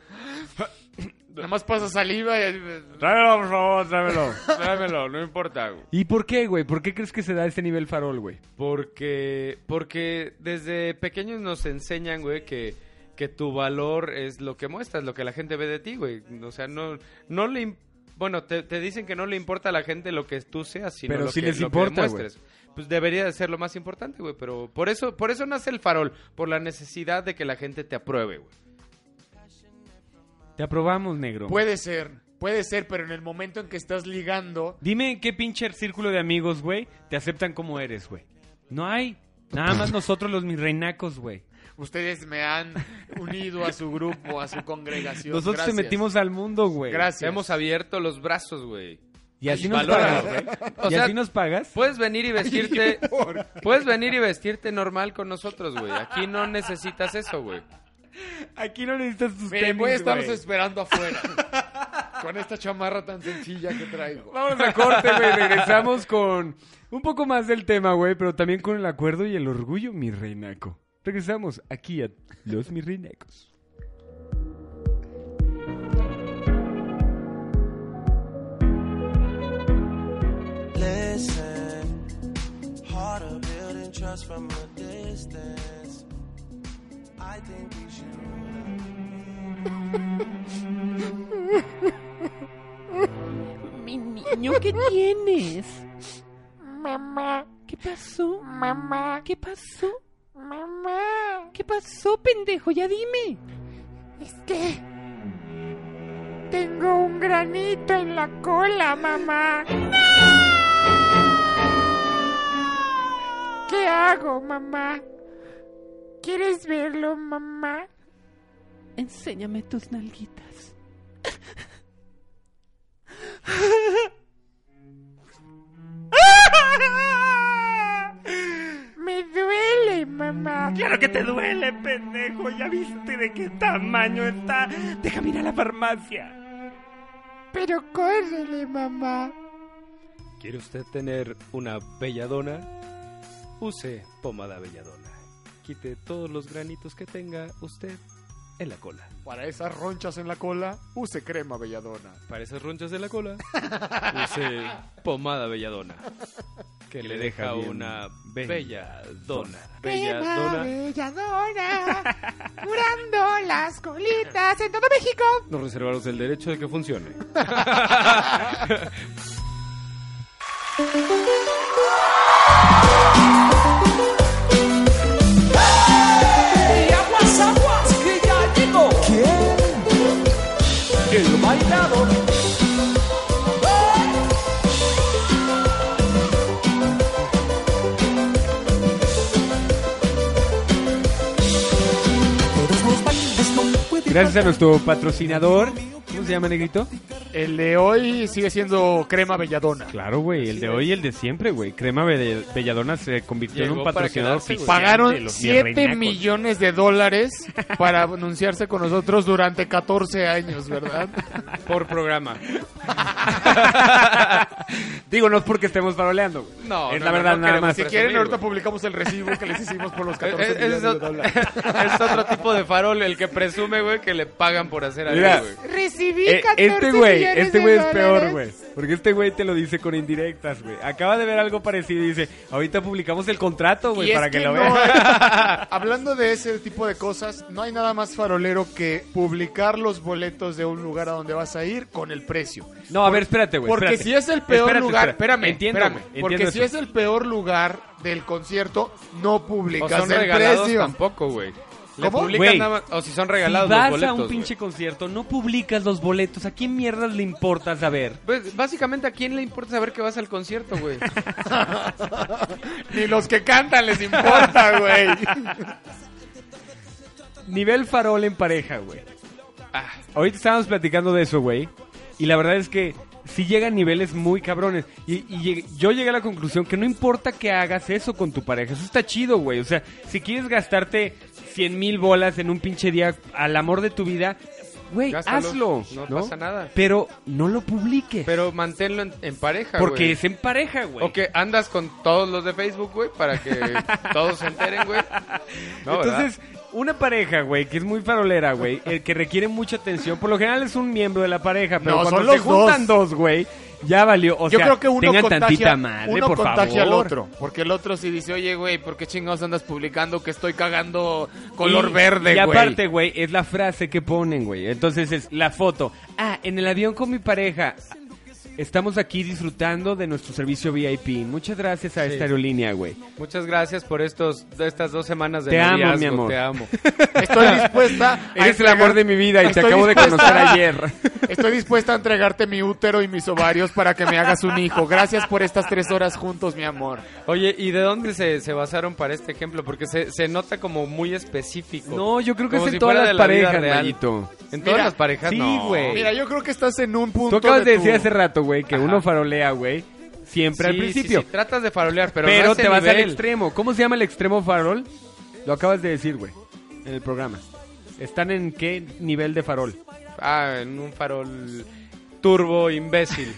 B: Nada más pasa saliva y...
C: Tráemelo, por favor, tráemelo.
A: Tráemelo, no importa, güey.
C: ¿Y por qué, güey? ¿Por qué crees que se da ese nivel farol, güey?
A: Porque, porque desde pequeños nos enseñan, güey, que, que tu valor es lo que muestras, lo que la gente ve de ti, güey. O sea, no, no le... im- Bueno, te, te dicen que no le importa a la gente lo que tú seas, sino
C: Pero
A: lo,
C: sí
A: que,
C: les
A: lo que
C: importa, güey.
A: demuestres. Pues debería de ser lo más importante, güey. Pero por eso, por eso nace el farol, por la necesidad de que la gente te apruebe, güey.
C: Te aprobamos, negro.
B: Puede ser, puede ser, pero en el momento en que estás ligando...
C: Dime en qué pinche círculo de amigos, güey, te aceptan como eres, güey. No hay. Nada más nosotros los mirreinacos, güey.
B: Ustedes me han unido a su grupo, a su congregación.
C: Nosotros
B: Gracias.
C: te metimos al mundo, güey.
A: Te
B: Gracias.
A: hemos abierto los brazos, güey.
C: Y así nos
A: Valora,
C: pagas, güey. pues,
A: O
C: Y
A: sea,
C: así nos pagas.
A: Puedes venir y vestirte. puedes venir y vestirte normal con nosotros, güey. Aquí no necesitas eso, güey.
C: Aquí no necesitas tus
B: Miren,
C: tenis,
B: voy a estarlos
C: güey.
B: esperando afuera. con esta chamarra tan sencilla que traigo.
C: Vamos a corte, güey. Regresamos con un poco más del tema, güey, pero también con el acuerdo y el orgullo, mi reinaco. Regresamos aquí a los mi reinacos.
J: Listen, harder building trust from a distance. I think we should.
G: Mi niño, ¿qué tienes? Mamá. ¿Qué pasó? Mamá. ¿Qué pasó? Mamá. ¿Qué pasó, pendejo? Ya dime.
D: Es que tengo un granito en la cola, mamá. ¿Qué hago, mamá? ¿Quieres verlo, mamá?
G: Enséñame tus nalguitas.
D: Me duele, mamá.
C: Claro que te duele, pendejo. Ya viste de qué tamaño está. Déjame ir a la farmacia.
D: Pero córrele, mamá.
A: ¿Quiere usted tener una belladona? Use pomada belladona. Quite todos los granitos que tenga usted en la cola.
B: Para esas ronchas en la cola, use crema belladona.
A: Para esas ronchas de la cola, use pomada belladona. Que le deja
C: bien
A: una
C: bella.
A: belladona.
D: Crema
A: Belladona.
D: belladona. Curando las colitas en todo México.
A: Nos reservamos el derecho de que funcione.
J: aguas, aguas, que ya llegó. ¿Quién? El bailador.
C: Gracias a nuestro patrocinador. ¿Cómo se llama, negrito?
B: El de hoy sigue siendo crema belladona.
C: Claro, güey. El de hoy y el de siempre, güey. Crema Belle- Belladona se convirtió en
A: Llegó
C: un
A: para
C: patrocinador
A: quedarse, güey.
C: oficial de
B: Pagaron
C: los
B: 7
C: virreinacos.
B: millones de dólares para anunciarse con nosotros durante 14 años, ¿verdad?
A: Por programa.
C: Digo, no es porque estemos faroleando, güey.
A: No,
C: es
A: no,
C: la
A: no,
C: verdad,
A: no
C: nada
A: queremos
C: más.
B: Si
A: presumir,
B: quieren, ahorita
A: güey.
B: publicamos el recibo que les hicimos por los
A: Es,
B: 14
A: es-
B: millones
A: es
B: de
A: ot-
B: dólares.
A: es otro tipo de farol, el que presume, güey, que le pagan por hacer algo,
C: Mira,
A: güey.
D: Recibí
C: Eh,
D: 14
C: este güey güey,
B: millones
C: este
B: de
C: güey es peor,
B: dólares.
C: güey. Porque este güey te lo dice con indirectas, güey. Acaba de ver algo parecido y dice, ahorita publicamos el contrato,
B: Y
C: güey,
B: es
C: para que, lo
B: no
C: veas.
B: hay- hablando de ese tipo de cosas, no hay nada más farolero que publicar los boletos de un lugar a donde vas a ir con el precio.
C: No, a ver, espérate, güey.
B: Porque
C: espérate.
B: si es el peor
C: Espérate,
B: lugar,
C: espérate.
B: espérame,
C: Entiendo,
B: espérame,
C: güey,
B: porque
C: entiendo
B: si
C: eso.
B: es el peor lugar del concierto, no
A: O
B: publicas
A: son
B: el
A: regalados
B: precio.
A: tampoco, güey. Le
B: ¿Cómo?
A: publican
C: Güey,
A: nada más- O si son
C: Si
A: regalados
C: vas
A: los boletos.
C: a un
A: güey.
C: pinche concierto, no publicas los boletos. ¿A quién mierdas le importa saber?
A: Pues, básicamente, ¿a quién le importa saber que vas al concierto, güey?
B: Ni los que cantan les importa, güey.
C: Nivel farol en pareja, güey.
A: Ah.
C: Ahorita estábamos platicando de eso, güey. Y la verdad es que sí llegan niveles muy cabrones. Y, y llegué- yo llegué a la conclusión que no importa que hagas eso con tu pareja. Eso está chido, güey. O sea, si quieres gastarte 100 mil bolas en un pinche día al amor de tu vida, güey,
A: Gástalos.
C: hazlo.
A: No pasa nada.
C: Pero no lo publiques.
A: Pero manténlo en, en pareja, güey.
C: porque es en pareja, güey.
A: O que andas con todos los de Facebook, güey, para que todos se enteren, güey. No, ¿verdad?
C: Entonces, una pareja, güey, que es muy farolera, güey, el que requiere mucha atención, por lo general es un miembro de la pareja, pero
B: No,
C: cuando
B: son
C: se
B: los
C: juntan dos, güey, ya valió. O
B: Yo
C: sea,
B: creo que uno
C: tengan tantita
B: contagia,
C: madre,
B: uno
C: por
B: contagia al
C: favor.
B: otro. Porque el otro sí dice, oye, güey, ¿por qué chingados andas publicando que estoy cagando color verde,
C: Y
B: güey?
C: aparte, güey, es la frase que ponen, güey. Entonces es la foto. Ah, en el avión con mi pareja. Estamos aquí disfrutando de nuestro servicio VIP. Muchas gracias a
A: Sí.
C: esta aerolínea, güey.
A: Muchas gracias por estos, de estas dos semanas de
C: Te amo,
A: noviazgo,
C: mi amor.
A: Te amo.
B: Estoy dispuesta a
C: Eres el
B: entregar-
C: amor de mi vida y te
B: Estoy
C: acabo de
B: dispuesta-
C: conocer ayer.
B: Estoy dispuesta a entregarte mi útero y mis ovarios para que me hagas un hijo. Gracias por estas tres horas juntos, mi amor.
A: Oye, ¿y de dónde se, se basaron para este ejemplo? Porque se, se nota como muy específico.
C: No, yo creo que
A: Como
C: es en
A: si
C: todas
A: fuera de
C: las
A: la vida
C: parejas,
A: real.
C: manito.
A: En
B: Mira,
A: todas las parejas,
C: sí,
A: no.
C: güey.
B: Mira, yo creo que estás en un punto.
C: Tú acabas de
B: tu-
C: decir hace rato, güey, que
A: Ajá.
C: uno farolea, güey, siempre al
A: Sí, sí,
C: principio.
A: sí, tratas de farolear, pero,
C: pero
A: no a ese
C: te vas al
A: nivel.
C: extremo. ¿Cómo se llama el extremo farol? Lo acabas de decir, güey, en el programa. ¿Están en qué nivel de farol?
A: Ah, en un farol turbo imbécil.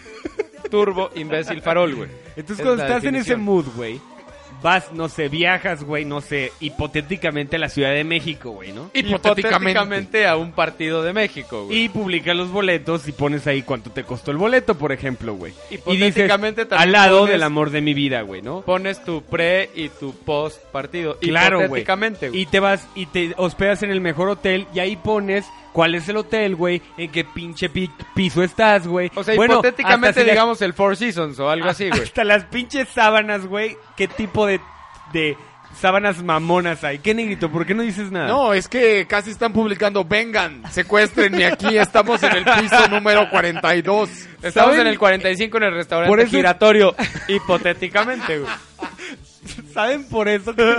A: turbo imbécil farol, güey.
C: Entonces,
A: Es
C: cuando
A: la
C: estás en ese
A: definición.
C: mood, güey, vas, no sé, viajas, güey, no sé, hipotéticamente a la Ciudad de México, güey, ¿no?
B: Hipotéticamente.
A: Hipotéticamente a un partido de México, güey.
C: Y publicas los boletos y pones ahí cuánto te costó el boleto, por ejemplo, güey. Y dices,
A: Hipotéticamente también
C: al lado
A: pones-
C: del amor de mi vida, güey, ¿no?
A: Pones tu pre y tu post partido.
C: Claro, güey.
A: hipotéticamente, güey.
C: Y te vas y te hospedas en el mejor hotel y ahí pones cuál es el hotel, güey, en qué pinche pi- piso estás, güey.
A: O sea,
C: Bueno, hasta
A: hipotéticamente
C: si Ah. las-
A: digamos el Four Seasons o algo así, güey.
C: Hasta las pinches sábanas, güey, qué tipo de, de sábanas mamonas hay. ¿Qué negrito? ¿Por qué no dices nada?
B: No, es que casi están publicando, vengan, secuéstrenme aquí, estamos en el piso número 42.
A: Estamos
C: ¿Saben?
A: en el 45 en el restaurante
C: Por eso-
A: giratorio. hipotéticamente, güey.
C: ¿Saben por eso? que-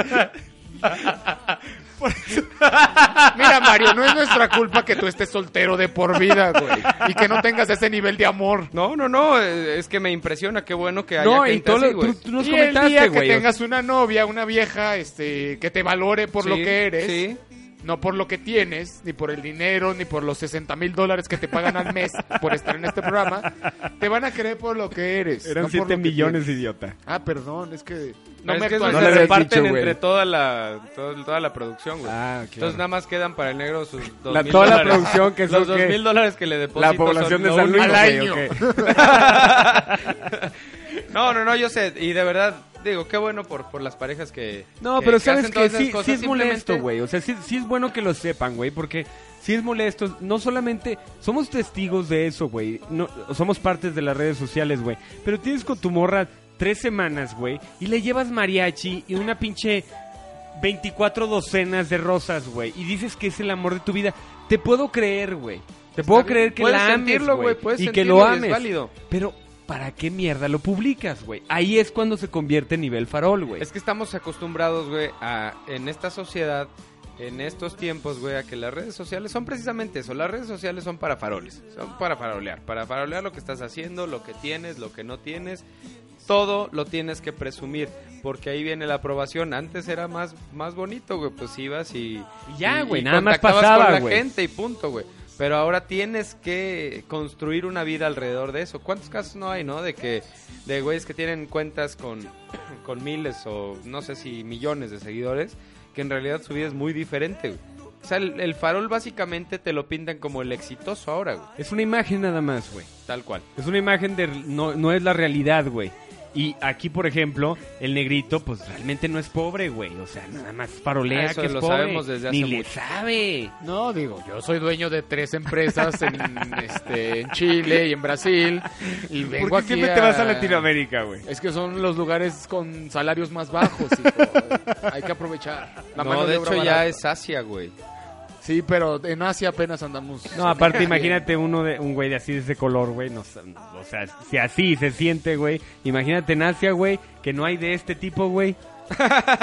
B: Mira, Mario, no es nuestra culpa que tú estés soltero de por vida, güey. Y que no tengas ese nivel de amor.
A: No, no, no. eh, Es que me impresiona. Qué bueno que haya
C: no, y
A: gente
C: todo
A: así,
C: lo-
A: güey.
C: tú, tú nos
B: y el
C: comentaste,
B: día que
C: güey.
B: tengas una novia, una vieja, este, que te valore por lo
A: Sí,
B: que eres,
A: sí.
B: no por lo que tienes, ni por el dinero, ni por los 60 mil dólares que te pagan al mes por estar en este programa, te van a querer por lo que eres.
C: Eran
B: no por lo
C: 7
B: que
C: millones,
B: tienes.
C: idiota.
B: Ah, perdón, es que
A: No,
B: no
A: es
B: me
A: que eso se
B: actualicé.
C: no le habías
A: reparten
C: dicho, güey.
A: entre toda la, toda, toda la producción, güey.
C: Ah, claro.
A: Entonces nada más quedan para el negro sus dos
C: La-
A: mil
C: toda la
A: dólares.
C: producción, que son,
A: Los dos
C: ¿qué?
A: mil dólares que le deposito
C: La población
A: son
C: de
A: lo
C: San Luis,
A: único.
B: al
C: güey,
B: año.
C: ¿o qué?
A: No, no, no, yo sé. Y de verdad, digo, qué bueno por, por las parejas que
C: No, pero sabes
A: hacen
C: que
A: todas esas
C: sí,
A: cosas,
C: sí es
A: simplemente-
C: molesto, güey. O sea, sí, sí es bueno que lo sepan, güey, porque sí es molesto. No solamente somos testigos de eso, güey. No, somos partes de las redes sociales, güey. Pero tienes con tu morra tres semanas, güey, y le llevas mariachi y una pinche 24 docenas de rosas, güey. Y dices que es el amor de tu vida. Te puedo creer, güey. Te puedo
A: bien.
C: creer que
A: Puedes
C: la ames,
A: sentirlo,
C: güey.
A: güey, puedes
C: Y que
A: sentirlo
C: lo
A: y es
C: ames.
A: válido.
C: Pero, ¿para qué mierda lo publicas, güey? Ahí es cuando se convierte en nivel farol, güey.
A: Es que estamos acostumbrados, güey, a en esta sociedad, en estos tiempos, güey, a que las redes sociales son precisamente eso. Las redes sociales son para faroles, son para farolear, para farolear lo que estás haciendo, lo que tienes, lo que no tienes. Todo lo tienes que presumir, porque ahí viene la aprobación. Antes era más, más bonito, güey, pues ibas y...
C: Y ya,
A: y-
C: güey,
A: y
C: nada más
A: contactabas
C: pasaba,
A: con la
C: güey.
A: gente y punto, güey. Pero ahora tienes que construir una vida alrededor de eso. ¿Cuántos casos no hay, no? De que de güeyes que tienen cuentas con, con miles o no sé si millones de seguidores, que en realidad su vida es muy diferente. güey. O sea, el, el farol básicamente te lo pintan como el exitoso ahora, güey.
C: Es una imagen nada más, güey.
A: Tal cual.
C: Es una imagen de... No, no es la realidad, güey. Y aquí, por ejemplo, el negrito, pues realmente no es pobre, güey. O sea, nada más farolea
A: Eso
C: que es
A: lo
C: pobre.
A: sabemos desde hace
C: Ni le
A: mucho.
C: sabe.
B: No, digo, yo soy dueño de tres empresas en, este, en Chile y en Brasil. Y vengo
C: ¿Por
B: aquí
C: qué siempre te vas a
B: a-
C: Latinoamérica, güey?
B: Es que son los lugares con salarios más bajos, hijo. Hay que aprovechar. La
A: no,
B: mano
A: de
B: obra
A: hecho ya
B: barata.
A: es Asia, güey.
B: Sí, pero en Asia apenas andamos.
C: No, aparte, imagínate uno de un güey de así de ese color, güey. no sé, o sea, si así se siente, güey. Imagínate en Asia, güey, que no hay de este tipo, güey.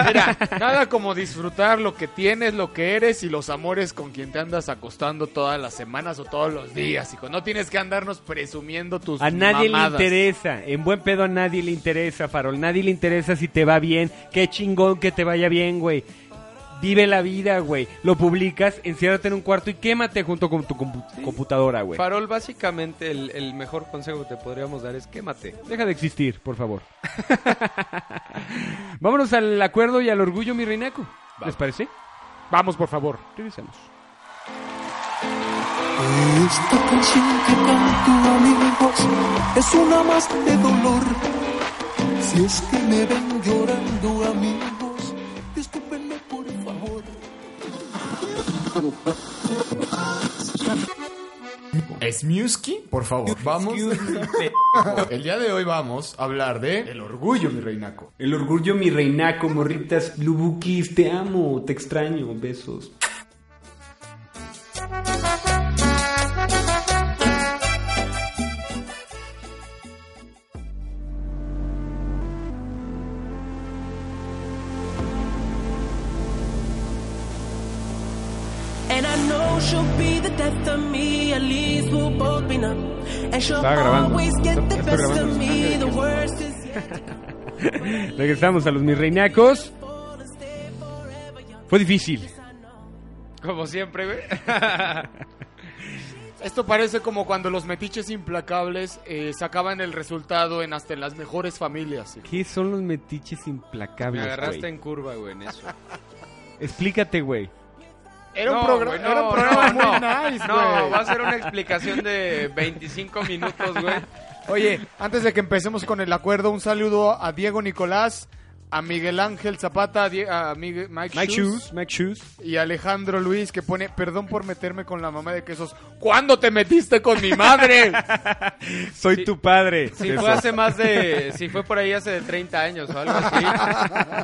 B: Mira, nada como disfrutar lo que tienes, lo que eres y los amores con quien te andas acostando todas las semanas o todos los días, hijo. No tienes que andarnos presumiendo tus
C: A nadie
B: Pues, mamadas.
C: le interesa. En buen pedo a nadie le interesa, Farol. Nadie le interesa si te va bien. Qué chingón que te vaya bien, güey. Vive la vida, güey. Lo publicas, enciérrate en un cuarto y quémate junto con tu compu- computadora, güey.
A: Farol, básicamente, el, el mejor consejo que te podríamos dar es quémate.
C: Deja de existir, por favor. Vámonos al acuerdo y al orgullo, mi reinaco. ¿Les parece?
B: Vamos, por favor.
C: Regresamos.
J: Esta canción que canto amigos es una más de dolor. Si es que me ven llorando amigos, discúlpenme por favor.
K: ¿Es Musky? Por favor, vamos. El día de hoy vamos a hablar de el orgullo, mi reinaco.
C: El orgullo, mi reinaco, morritas, lubukis, te amo, te extraño, besos.
L: And I know she'll be the death of me, at least we'll both be numb. And she'll
C: Estaba grabando.
L: always get the
C: Estoy
L: best
C: grabando.
L: of me, the worst is yet to come.
C: Regresamos a los mis reinacos. Fue difícil.
A: Como siempre, güey.
B: Esto parece como cuando los metiches implacables eh, sacaban el resultado en hasta en las mejores familias. hijo.
C: ¿Qué son los metiches
A: Me
C: implacables,
A: agarraste
C: güey?
A: en curva, güey, en eso.
C: Explícate, güey.
B: Era un,
A: No,
B: programa-
A: güey,
B: era
A: no,
B: un programa
A: no,
B: muy
A: no.
B: nice,
A: No,
B: güey.
A: va a ser una explicación de 25 minutos, güey.
B: Oye, antes de que empecemos con el acuerdo, un saludo a Diego Nicolás, a Miguel Ángel Zapata, a, Die- a Miguel- Mike,
C: Mike
B: Shoes,
C: Shoes, Mike Shoes.
B: y Alejandro Luis que pone, perdón por meterme con la mamá de quesos. ¿Cuándo te metiste con mi madre?
C: Soy
A: Sí.
C: tu padre.
A: Si
C: Besos.
A: fue hace más de... Si fue por ahí hace de 30 años o algo así,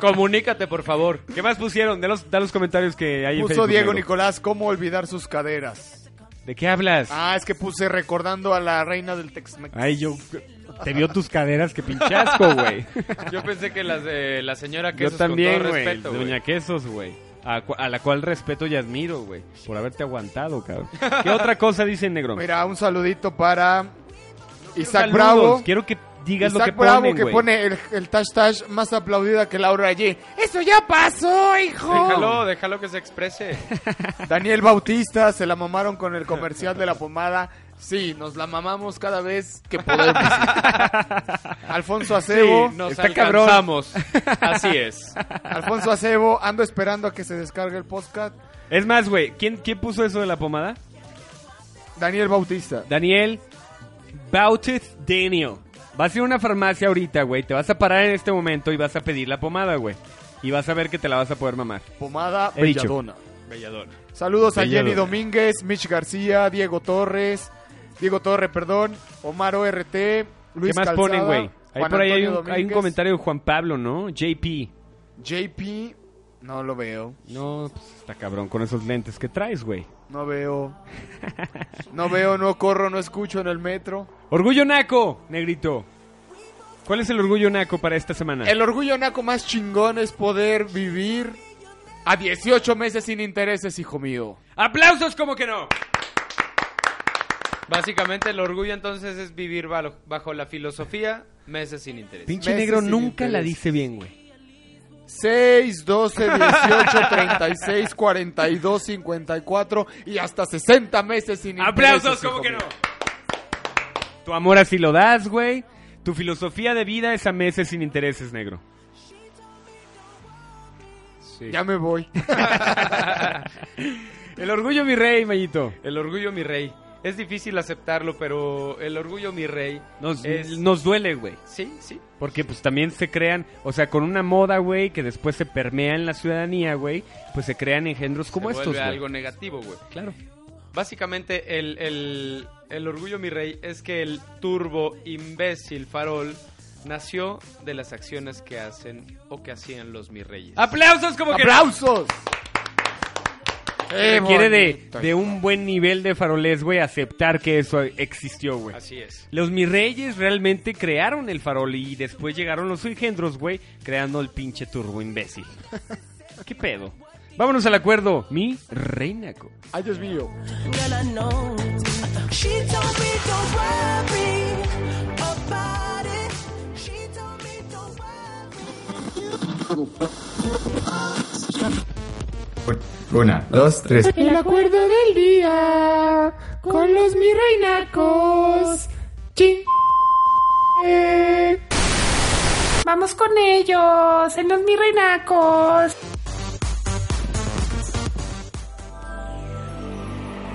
A: comunícate, por favor.
C: ¿Qué más pusieron? Da los, da los comentarios que hay en
B: Puso
C: Facebook,
B: Diego
C: negro.
B: Nicolás, ¿cómo olvidar sus caderas?
C: ¿De qué hablas?
B: Ah, es que puse recordando a la reina del tex
C: Ay, yo... Te vio tus caderas, que pinchasco, güey.
A: Yo pensé que las de la señora que
C: Yo también,
A: con todo
C: güey.
A: respeto,
C: Doña
A: güey.
C: Quesos, güey. A, cu- a la cual respeto y admiro, güey. Por haberte aguantado, cabrón. ¿Qué otra cosa dice el Negro?
B: Mira, un saludito para Isaac
C: Saludos.
B: Bravo.
C: Quiero que digas lo
B: Isaac
C: que
B: Bravo
C: ponen,
B: que
C: güey.
B: pone el, el hashtag más aplaudida que Laura allí. Eso ya pasó, hijo.
A: Déjalo, déjalo que se exprese.
B: Daniel Bautista, se la mamaron con el comercial de la pomada. Sí, nos la mamamos cada vez que podemos. Alfonso Acebo,
A: Nos
C: está cabrón.
A: alcanzamos. Así es.
B: Alfonso Acebo, ando esperando a que se descargue el podcast.
C: Es más, güey, ¿quién, ¿quién puso eso de la pomada?
B: Daniel Bautista.
C: Daniel Bautist Daniel. Vas a ir a una farmacia ahorita, güey. Te vas a parar en este momento y vas a pedir la pomada, güey. Y vas a ver que te la vas a poder mamar.
B: Pomada
C: He dicho.
B: Belladona.
A: Belladona.
B: Saludos a
C: Belladona.
B: Jenny Domínguez, Mitch García, Diego Torres, Diego Torre, perdón, Omar ORT, Luis
C: ¿Qué más
B: Calzada,
C: ponen, güey? Ahí
B: Juan
C: por ahí hay
B: Antonio
C: un, hay un
B: Domínguez,
C: comentario de Juan Pablo, ¿no? JP.
B: JP, no lo veo,
C: No, pues está cabrón con esos lentes que traes, güey.
B: no veo, no veo, no corro, no escucho en el metro.
C: Orgullo Naco, negrito. ¿Cuál es el orgullo Naco para esta semana?
B: El orgullo naco más chingón es poder vivir a 18 meses sin intereses, hijo mío.
C: ¡Aplausos como que no!
A: Básicamente el orgullo entonces es vivir bajo, bajo la filosofía meses sin interés.
C: Pinche
B: Meses
C: negro
B: sin
C: nunca la
B: interés.
C: dice bien, güey.
B: 6, 12, 18, 36, 42, 54 y hasta 60 meses sin intereses.
C: ¡Aplausos como
B: hijo
C: que no!
B: mío.
C: Tu amor así lo das, güey. Tu filosofía de vida es a meses sin intereses, negro.
B: Ya me voy.
C: El orgullo, mi rey, Mayito.
A: El orgullo, mi rey. Es difícil aceptarlo, pero el orgullo, mi rey.
C: Nos,
A: es-
C: nos duele, güey.
A: Sí, sí.
C: Porque pues también se crean, o sea, con una moda, güey, que después se permea en la ciudadanía, güey, pues se crean engendros como
A: se
C: estos,
A: vuelve
C: güey.
A: algo negativo, güey. Claro. Básicamente, el, el, el orgullo, mi rey, es que el turbo imbécil farol nació de las acciones que hacen o que hacían los mi reyes.
B: Ah,
C: ¡Aplausos como que
B: ¡Aplausos!
C: Se requiere de, de un buen nivel de farolés, güey, aceptar que eso existió, güey.
A: Así es.
C: Los mis reyes realmente crearon el farol y después llegaron los engendros, güey, creando el pinche turbo imbécil. ¿Qué pedo? Vámonos al acuerdo, mi reinaco.
B: Ay, Dios mío.
L: Girl, I know. She told me don't worry about it. She told me don't
K: Una, dos, tres.
D: El acuerdo del día con los mi reinacos. Ching. Eh. Vamos con ellos en los mi reinacos.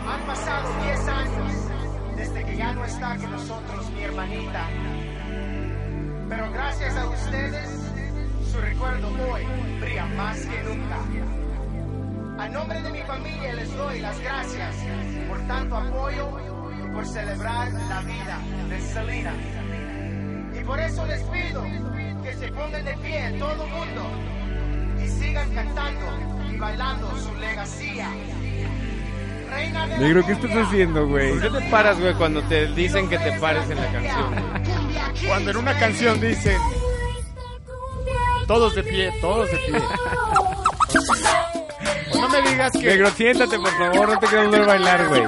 M: Han pasado 10 años desde que ya no está con nosotros mi hermanita. Pero gracias a ustedes, su recuerdo hoy brilla más que nunca. A nombre de mi familia les doy las gracias por tanto apoyo y por celebrar la vida de Selena. Y por eso les pido que se pongan de pie todo el mundo y sigan cantando y bailando su legacía. Reina de la
C: Negro, ¿qué estás haciendo, güey?
A: ¿Por qué te paras, güey, cuando te dicen que te pares en la canción?
B: Cuando en una canción dicen... Todos de pie, todos de pie. O no me digas que...
C: Negro, siéntate, por favor, no te quiero volver a bailar, güey.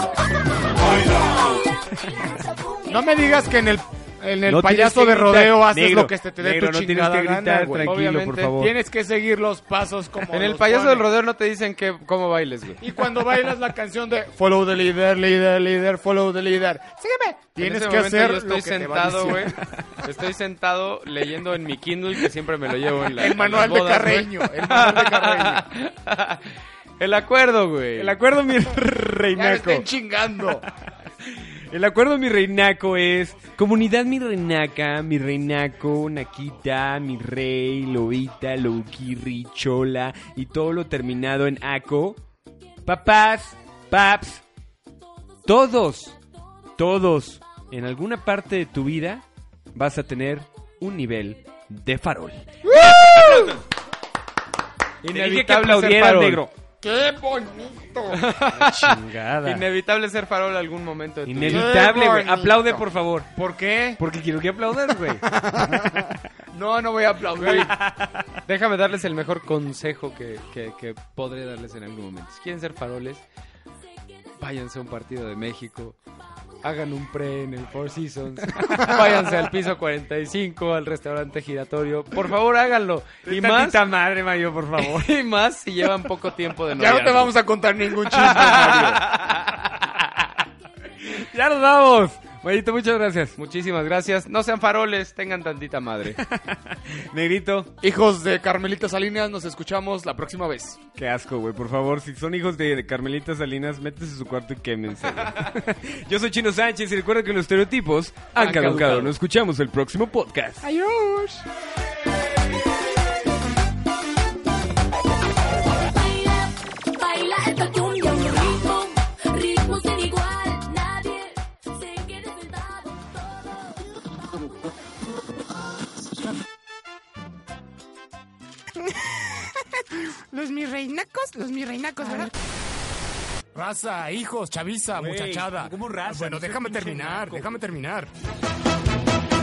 B: No me digas que en el, en el
C: No
B: payaso de
C: tienes que gritar.
B: rodeo haces
C: Negro,
B: lo que se te dé
C: negro,
B: tu
C: no tienes
B: chingada
C: que
B: gana,
C: gritar,
B: güey.
C: tranquilo, por
B: Obviamente,
C: favor.
B: Tienes que seguir los pasos como
A: En el
B: los
A: payaso del
B: ponen.
A: rodeo no te dicen que, cómo bailes, güey.
B: Y cuando bailas la canción de Follow the leader, leader, leader, follow the leader. Sígueme. Tienes
A: En ese
B: que
A: momento
B: hacer
A: Yo estoy
B: lo que te va
A: sentado, güey.
B: diciendo.
A: Estoy sentado leyendo en mi Kindle que siempre me lo llevo en la.
B: El
A: en las
B: manual de
A: bodas, güey.
B: Carreño, el manual de Carreño.
A: El acuerdo, güey.
C: El acuerdo, mi
B: Ya me
C: reinaco.
B: estén chingando.
C: El acuerdo, mi reinaco, es comunidad, mi reinaca, mi reinaco, naquita, mi rey, lobita, louquirri, chola y todo lo terminado en aco. Papás, paps, todos, todos, en alguna parte de tu vida vas a tener un nivel de farol. Te dije que
A: Inevitable ser
C: aplaudieras,
A: farol.
C: negro.
B: ¡Qué bonito!
C: Chingada.
A: Inevitable ser farol algún momento. de tu vida.
C: Inevitable, güey.
B: bonito.
C: Aplaude, por favor.
B: ¿Por qué?
C: Porque quiero que aplaudas, güey.
B: No, no voy a aplaudir.
A: Déjame darles el mejor consejo que, que- que podré darles en algún momento. Si quieren ser faroles, váyanse a un partido de México. Hagan un pre en el Four Seasons. Váyanse al piso 45, al restaurante giratorio. Por favor, háganlo. Y
C: Tantita
A: más,
C: madre, Mayo, por favor.
A: y más si llevan poco tiempo de
B: Ya no te
A: noviazgo.
B: vamos a contar ningún chiste, Mario.
C: ya nos vamos. Mayito, muchas gracias.
A: Muchísimas gracias. No sean faroles, tengan tantita madre.
C: Negrito,
B: Hijos de Carmelita Salinas, nos escuchamos la próxima vez.
C: qué asco, güey. Por favor, si son hijos de Carmelita Salinas, métese a su cuarto y quémense. güey. Yo soy Chino Sánchez y recuerda que los estereotipos han
A: Han
C: caducado.
A: caducado.
C: Nos escuchamos el próximo podcast.
D: Adiós.
F: Baila, baila esta cumbia, un ritmo, ritmo sin igual. Nadie se quede sentado.
D: Los mi reinacos, los mi reinacos, ¿verdad?
K: Raza, hijos, chaviza,
C: Güey,
K: muchachada.
C: ¿cómo raza?
K: Bueno,
C: No seas
K: déjame
C: pinche
K: terminar,
C: naco.
K: déjame terminar.